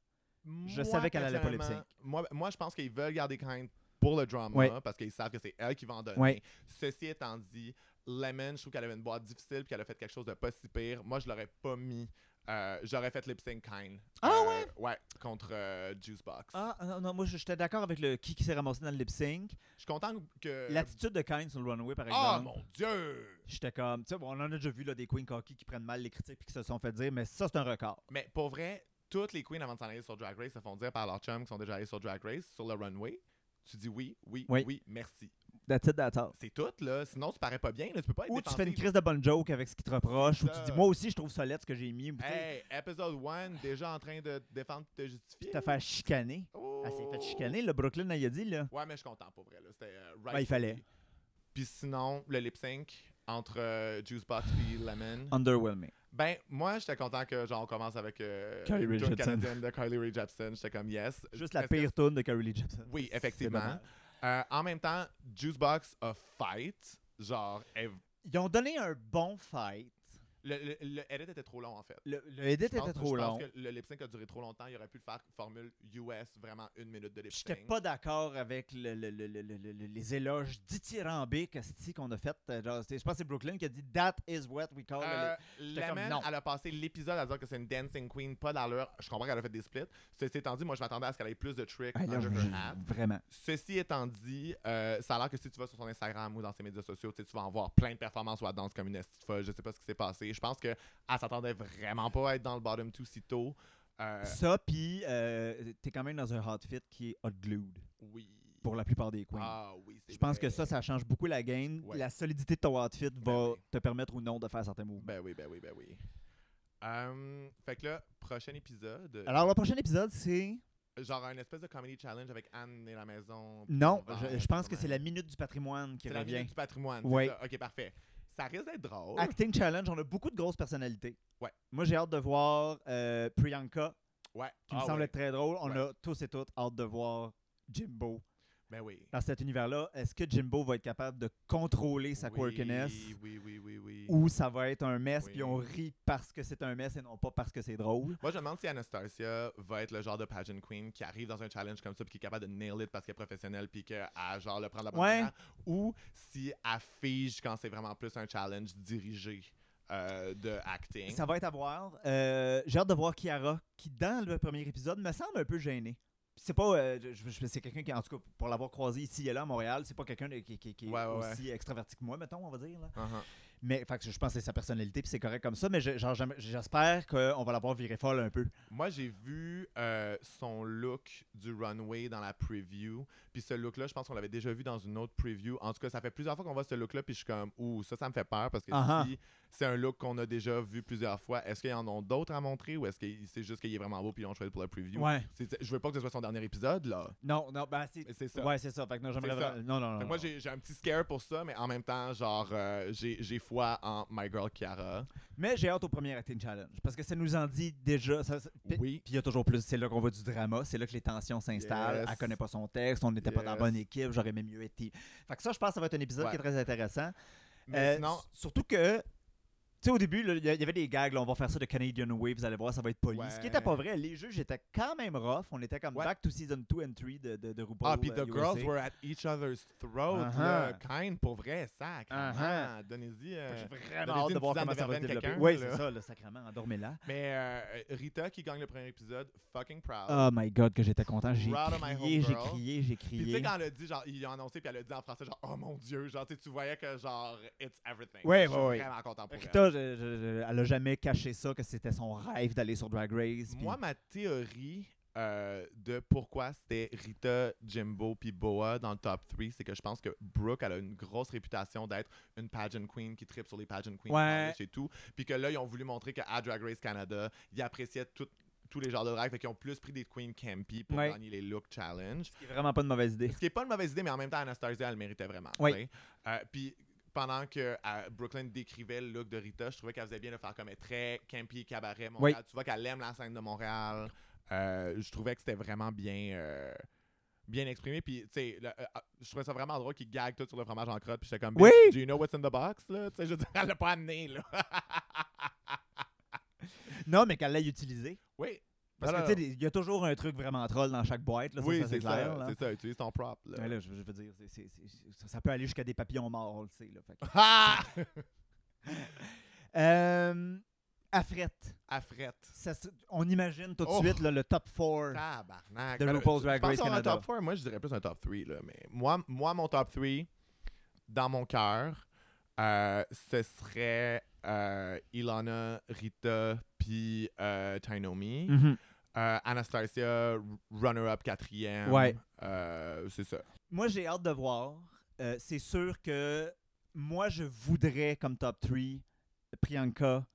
Je savais qu'elle allait pas lip
personnellement,
sync.
Moi, moi, je pense qu'ils veulent garder Kind pour le drama
Ouais.
parce qu'ils savent que c'est elle qui va en donner.
Ouais.
Ceci étant dit, Lemon, je trouve qu'elle avait une boîte difficile puis qu'elle a fait quelque chose de pas si pire. Moi, je l'aurais pas mis. Euh, J'aurais fait lip sync Kind.
Ah
Euh, Ouais, contre euh, Juicebox.
Ah non, non moi je- j'étais d'accord avec le qui, qui s'est ramassé dans le lip sync.
Je suis content que.
L'attitude de Kane sur le runway, par
Ah
exemple.
mon dieu!
J'étais comme, tu sais, bon, on en a déjà vu là, des queens cocky qui prennent mal les critiques et qui se sont fait dire, mais ça c'est un record.
Mais pour vrai, toutes les queens avant de s'en aller sur Drag Race se font dire par leurs chums qui sont déjà allés sur Drag Race, sur le runway. Tu dis oui, oui,
Oui.
oui, merci.
That's it, that's all.
C'est tout, là. Sinon, tu parais pas bien. Là. Tu peux pas être
Ou tu fais une
défensive.
crise de bonne joke avec ce qui te reproche, ou tu
ça.
dis, moi aussi je trouve solide ce que j'ai mis, ou tu sais,
Hey, épisode 1, déjà en train de te défendre et de te justifier.
te faire chicaner.
Oh.
Elle s'est fait chicaner, le Brooklyn, elle y a dit, là.
Ouais, mais je suis content pour vrai. là. C'était euh, right
Ben, il
to
fallait.
be. Puis sinon, le lip sync entre euh, Juicebox et Lemon.
Ah. Underwhelming.
Ben, moi, j'étais content que, genre, on commence avec euh,
Carly Rae
une tune
Jepsen.
canadienne de Carly Rae Jepsen. J'étais comme yes.
Juste la
Est-ce que-
pire tune de Carly Lee Jepsen.
Oui,
C'est
effectivement.
dommage.
Euh, en même temps, Juicebox a fight. Genre, elle-
Ils ont donné un bon fight.
le, le, le edit était trop long en fait.
Le, le edit
Je pense-
était trop
je
long.
pense que le lip sync a duré trop longtemps. Il aurait pu le faire formule US, vraiment une minute de lip sync.
J'étais pas d'accord avec le- le- le- le- le- le- le- les éloges dithyrambiques esti, qu'on a fait. euh, genre, c'est- je pense que c'est Brooklyn qui a dit That is what we call.
Euh,
it. J'étais comme,
Lemon,
non.
elle a passé l'épisode à dire que c'est une dancing queen, pas d'allure. Je comprends qu'elle a fait des splits. Ceci étant dit, moi, je m'attendais à ce qu'elle ait plus de tricks
Ah, là,
under
je-
her hat.
vraiment.
Ceci étant dit, euh, ça a l'air que si tu vas sur son Instagram ou dans ses médias sociaux, tu sais, tu vas en voir plein de performances où elle danse comme une estie folle. Je sais pas ce qui s'est passé. Je pense qu'elle s'attendait vraiment pas à être dans le bottom two si tôt. Euh,
Ça, puis euh, t'es quand même dans un outfit qui est hot glued
oui.
pour la plupart des queens.
Ah oui, c'est
je pense
vrai.
que ça, ça change beaucoup la game.
Ouais. Ben
La solidité de ton outfit va
oui.
te permettre ou non de faire certains mouvements.
Ben oui, ben oui, ben oui. Euh, fait que là, prochain épisode.
Alors, le prochain épisode, c'est.
Genre un espèce de comedy challenge avec Anne et la maison. puis
Non,
on va-
je, je pense que c'est la
Ouais.
minute du patrimoine qui
C'est la
revient.
minute du patrimoine. c'est
Ouais.
ça. Ok, parfait. Ça risque d'être drôle.
Acting Challenge, on a beaucoup de grosses personnalités.
Oh. Ouais.
Moi, j'ai hâte de voir euh, Priyanka,
ouais.
qui me
Ah
semble
ouais.
être très drôle. On
Ouais.
a tous et toutes hâte de voir Jimbo
Ben oui.
dans cet univers-là. Est-ce que Jimbo va être capable de contrôler sa
Oui,
quirkiness
Oui, oui, oui, oui.
ou ça va être un mess
Oui.
puis on rit parce que c'est un mess et non pas parce que c'est drôle?
Moi, je me demande si Anastasia va être le genre de pageant queen qui arrive dans un challenge comme ça puis qui est capable de nail it parce qu'elle est professionnelle puis qu'elle genre le prend de la bonne
Ouais.
manière. Ou si elle fige quand c'est vraiment plus un challenge dirigé euh, de acting.
Ça va être à voir. Euh, j'ai hâte de voir Kiara, qui dans le premier épisode me semble un peu gênée. Puis c'est pas. euh, je- je- c'est quelqu'un qui, en tout cas, pour l'avoir croisé ici et là à Montréal, c'est pas quelqu'un de- qui, qui- qui est
Ouais, ouais, ouais.
aussi extraverti que moi, mettons, on va dire. là.
Uh-huh.
Mais fait que je pense que c'est sa personnalité, puis c'est correct comme ça. Mais je- genre, j'aime- j'espère qu'on va l'avoir viré folle un peu.
Moi, j'ai vu euh, son look du runway dans la preview. Puis ce look-là, je pense qu'on l'avait déjà vu dans une autre preview. En tout cas, ça fait plusieurs fois qu'on voit ce look-là. Puis je suis comme, ouh, ça, ça me fait peur parce que
Ah ah.
si c'est un look qu'on a déjà vu plusieurs fois, est-ce qu'ils en ont d'autres à montrer ou est-ce que c'est juste qu'il est vraiment beau puis ils l'ont choisi pour la preview? C'est- c'est- je veux pas que ce soit son dernier épisode, là.
Non, non, ben c'est.
Mais c'est ça.
Ouais, c'est ça. Fait que non, j'aimerais
C'est ça.
vraiment- Non, non, non.
Fait que moi,
non.
j'ai j'ai un petit scare pour ça, mais en même temps, genre, euh, j'ai j'ai foi en My Girl Kiara.
Mais j'ai hâte au premier acting challenge parce que ça nous en dit déjà. ça- ça- puis-
Oui.
Puis il y a toujours plus. C'est là qu'on voit du drama. C'est là que les tensions s'installent.
Yes.
Elle connaît pas son texte. On n'était pas dans la
Yes.
bonne équipe. J'aurais même mieux été. Fait que ça, je pense que ça va être un épisode
Ouais.
qui est très intéressant.
Mais
Euh,
sinon,
s- Surtout que. Tu sais, au début, là, il y a- il y avait des gags, là, on va faire ça de Canadian Way, vous allez voir, ça va être poli. Ce qui
Ouais.
était pas vrai, les juges étaient quand même rough. On était comme
Ouais.
back to season 2 and 3 de, de, de RuPaul.
Ah, puis
euh,
the
USA.
girls were at each other's throat.
Uh-huh.
là. Kind, pour vrai, sac.
Uh-huh.
Donnez-y.
Fait que
euh,
J'ai vraiment
donnez-y
hâte de
une
voir comment
tisane de
ça va se
verveine
développer.
quelqu'un,
Oui,
là.
c'est ça, le sacrement, endormez-la.
Mais euh, Rita qui gagne le premier épisode, fucking proud.
Oh my god, que j'étais content. J'ai
Ah. Proud of my
crié, j'ai
homegirl.
crié, j'ai
puis tu sais,
crié.
quand elle a dit, genre, ils l'ont annoncé, puis elle a dit en français, genre, oh mon dieu, genre, tu sais, tu voyais que, genre, it's everything.
Ouais,
Je suis
ouais, ouais.
vraiment content pour elle.
Rita, je- je- je- elle a jamais caché ça, que c'était son rêve d'aller sur Drag Race. puis-
Moi, ma théorie euh, de pourquoi c'était Rita, Jimbo puis Boa dans le top 3, c'est que je pense que Brooke, elle a une grosse réputation d'être une pageant queen qui tripe sur les pageant queens
Ouais.
et tout. Puis que là, ils ont voulu montrer qu'à Drag Race Canada, ils appréciaient tout- tous les genres de drag, fait qu'ils ont plus pris des queens campy pour
Ouais.
gagner les look challenge.
C'est vraiment pas une mauvaise idée.
Ce qui est pas une mauvaise idée, mais en même temps, Anastasia, elle le méritait vraiment.
Oui.
tu sais. Euh, Puis pendant que euh, Brooklyn décrivait le look de Rita, je trouvais qu'elle faisait bien de faire comme elle est très campy, cabaret, Montréal. Tu vois qu'elle aime la scène de Montréal. Euh, je trouvais que c'était vraiment bien. euh, Bien exprimé, puis tu sais, le- euh, euh, je trouvais ça vraiment drôle qu'il gague tout sur le fromage en crotte, puis j'étais comme,
Oui!
Bitch, Do you know what's in the box? Là? Tu sais, je veux dire, elle l'a pas amené, là.
Non, mais qu'elle l'ait utilisé.
oui.
Parce
Non,
que,
non,
tu sais, il y a toujours un truc vraiment troll dans chaque boîte, là, ça,
oui,
ça,
c'est
c'est clair.
ça,
là.
c'est ça, utilise ton prop, là.
Mais Ben là, je, je veux dire, c'est- c'est- c'est- ça, ça peut aller jusqu'à des papillons morts, on le sait. Là, fait que-
Ah!
Euh, Afrette.
À frette.
Ça se- on imagine tout de
Oh.
suite là, le top 4.
Tabarnak.
De
Ben,
RuPaul's
tu-
Drag
tu penses
Race
qu'on a un
Canada.
top 4, moi je dirais plus un top 3 là, mais moi moi mon top 3 dans mon cœur euh, ce serait euh, Ilana, Rita puis euh, Tainomi.
Mm.
Euh, Anastasia runner up quatrième.
Ouais.
Euh, c'est ça.
Moi, j'ai hâte de voir. Euh, c'est sûr que moi, je voudrais comme top 3 Priyanka,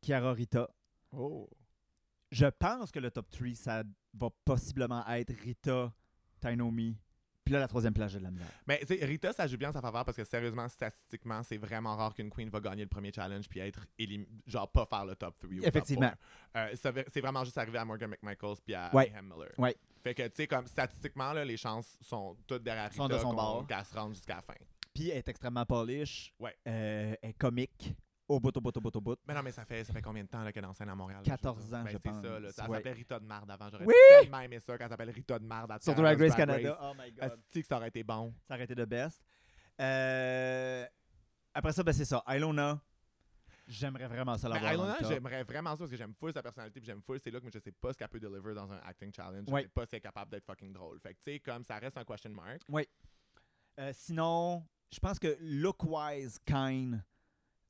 Chiara Rita.
Oh.
Je pense que le top 3, ça va possiblement être Rita, Tainomi. Puis là, la troisième plage de la misère.
Mais tu sais, Rita, ça joue bien en sa faveur parce que sérieusement, statistiquement, c'est vraiment rare qu'une queen va gagner le premier challenge puis être élim... genre pas faire le top 3 ou top
Effectivement.
four. Euh, ça va- c'est vraiment juste arrivé à Morgan McMichaels puis à
Ouais.
Mayhem Miller.
Ouais.
Fait que tu sais comme statistiquement là, les chances sont toutes derrière
Sont
Rita
de son
qu'on-
bord.
qu'elle se rende jusqu'à la fin.
Puis elle est extrêmement polish.
Ouais.
Euh, elle est comique. Au bout, au bout, au bout, au bout.
Mais non, mais ça fait ça fait combien de temps là, qu'elle enseigne à Montréal là,
14
veux dire?
ans,
Ben,
je
c'est
pense.
ça là, ça
Ouais.
s'appelait Rita de marde avant, j'aurais
Oui!
tellement aimé ça qu'elle s'appelle Rita de marde à
Sur
Canada's
Drag Race
Drag
Canada.
Race.
Oh my god.
Asti que ça aurait été bon.
Ça aurait été de best. Euh, après ça, ben c'est ça. Ilona, j'aimerais vraiment ça
Mais
l'avoir. dans le
Ilona,
top.
Ben, j'aimerais vraiment ça parce que j'aime full sa personnalité, puis j'aime full ses looks, mais je sais pas ce qu'elle peut deliver dans un acting challenge.
Ouais.
Je sais pas si elle est capable d'être fucking drôle. Fait que tu sais, comme ça reste un question mark.
Euh, sinon, je pense que look-wise, Kine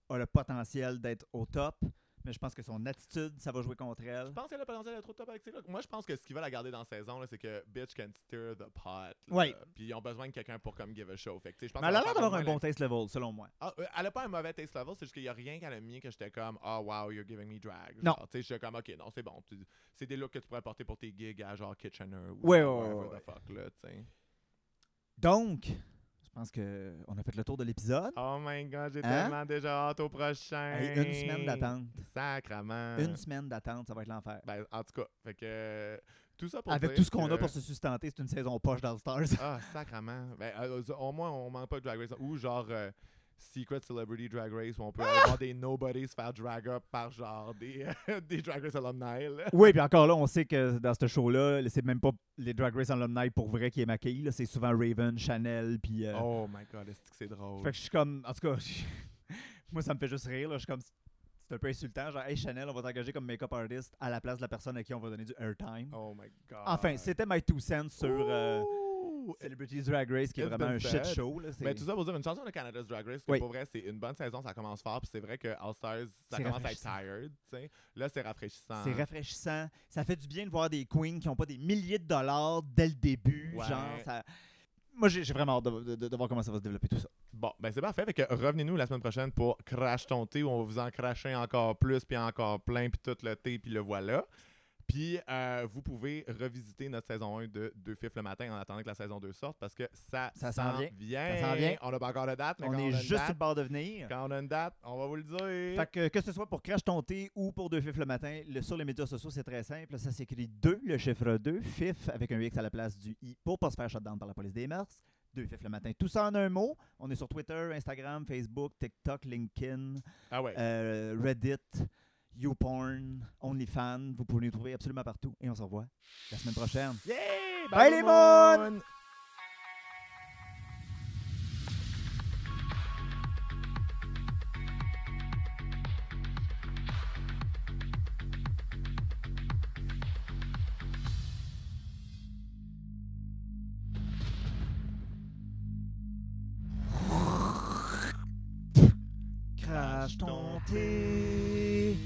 a le potentiel d'être au top, mais je pense que son attitude, ça va jouer contre
Je
elle.
pense qu'elle a le potentiel d'être trop top avec ses looks. Moi, je pense que ce qui va la garder dans la saison, là, c'est que bitch can stir the pot. là.
Ouais.
Puis ils ont besoin de quelqu'un pour comme give a show. Fait que tu sais, je pense
Mais elle a
qu'elle va
l'air d'avoir
faire
un
comme
bon taste level, selon moi.
Ah, euh, elle a pas un mauvais taste level, c'est juste qu'il y a rien qu'elle a mis que j'étais comme oh wow you're giving me drag.
Non.
Genre, Tu sais, j'étais comme ok non c'est bon. Tu- C'est des looks que tu pourrais porter pour tes gigs à genre Kitchener ou
Ouais, ouais,
wherever
ouais,
the fuck là. tu sais.
Donc, je pense que on a fait le tour de l'épisode.
Oh my god j'ai
Hein?
tellement déjà hâte au prochain.
Hey, une semaine d'attente.
Sacrement.
Une semaine d'attente, ça va être l'enfer.
Ben, en tout cas, fait que euh, tout ça pour
Avec
dire
tout ce qu'on a
que-
pour se sustenter, c'est une saison poche dans le Stars.
Ah, sacrement. Ben, euh, euh, au moins, on manque pas de Drag Race. Ou genre euh, Secret Celebrity Drag Race, où on peut
Ah!
avoir des nobodies se faire drag up par genre des, des Drag Race alumni. là.
Oui, puis encore là, on sait que dans ce show-là, c'est même pas les Drag Race alumni pour vrai qui est maquillé. là. C'est souvent Raven, Chanel, puis... euh,
Oh my god, est-ce que c'est drôle?
Fait que je suis comme... En tout cas, moi, ça me fait juste rire. là. Je suis comme... C'est un peu insultant, genre, hey Chanel, on va t'engager comme make-up artist à la place de la personne à qui on va donner du airtime.
Oh my god.
Enfin, c'était my two cents sur euh,
Ouh!
Celebrity Drag Race, qui est
It's
vraiment
been
un shit
said.
show. là, c'est-
Mais tout ça pour dire une chanson de Canada's Drag Race, que
Oui.
pour vrai, c'est une bonne saison, ça commence fort, puis c'est vrai que All Stars,
C'est
ça commence à être
rafraîchissant.
tired, tu sais. Là, c'est rafraîchissant.
C'est rafraîchissant. Ça fait du bien de voir des queens qui n'ont pas des milliers de dollars dès le début.
Ouais.
Genre, ça- Moi, j'ai j'ai vraiment hâte de, de- de voir comment ça va se développer tout ça.
Bon, ben c'est parfait. Fait que revenez-nous la semaine prochaine pour Crash ton thé, où on va vous en cracher encore plus, puis encore plein, puis tout le thé, puis le voilà. Puis euh, vous pouvez revisiter notre saison 1 de Deux Fifs le matin en attendant que la saison 2 sorte parce que ça,
Ça s'en
s'en
vient.
vient.
Ça s'en vient.
On n'a pas encore de date, mais
on
quand
est
a une
juste sur
date-
le bord de venir.
Quand on a une date, on va vous le dire.
Fait que, que ce soit pour Crash ton thé ou pour Deux Fifs le matin, le- sur les médias sociaux, c'est très simple. Ça s'écrit 2, le chiffre 2, FIF avec un X à la place du I pour pas se faire shutdown par la police des mœurs. Deux Fifs le matin. Tout ça en un mot. On est sur Twitter, Instagram, Facebook, TikTok, LinkedIn,
Ah ouais.
euh, Reddit, YouPorn, OnlyFans. Vous pouvez nous trouver absolument partout. Et on se revoit la semaine prochaine.
Yeah!
Bye, les
tout le
mounes!
monde!
Crash
ton
ton thé.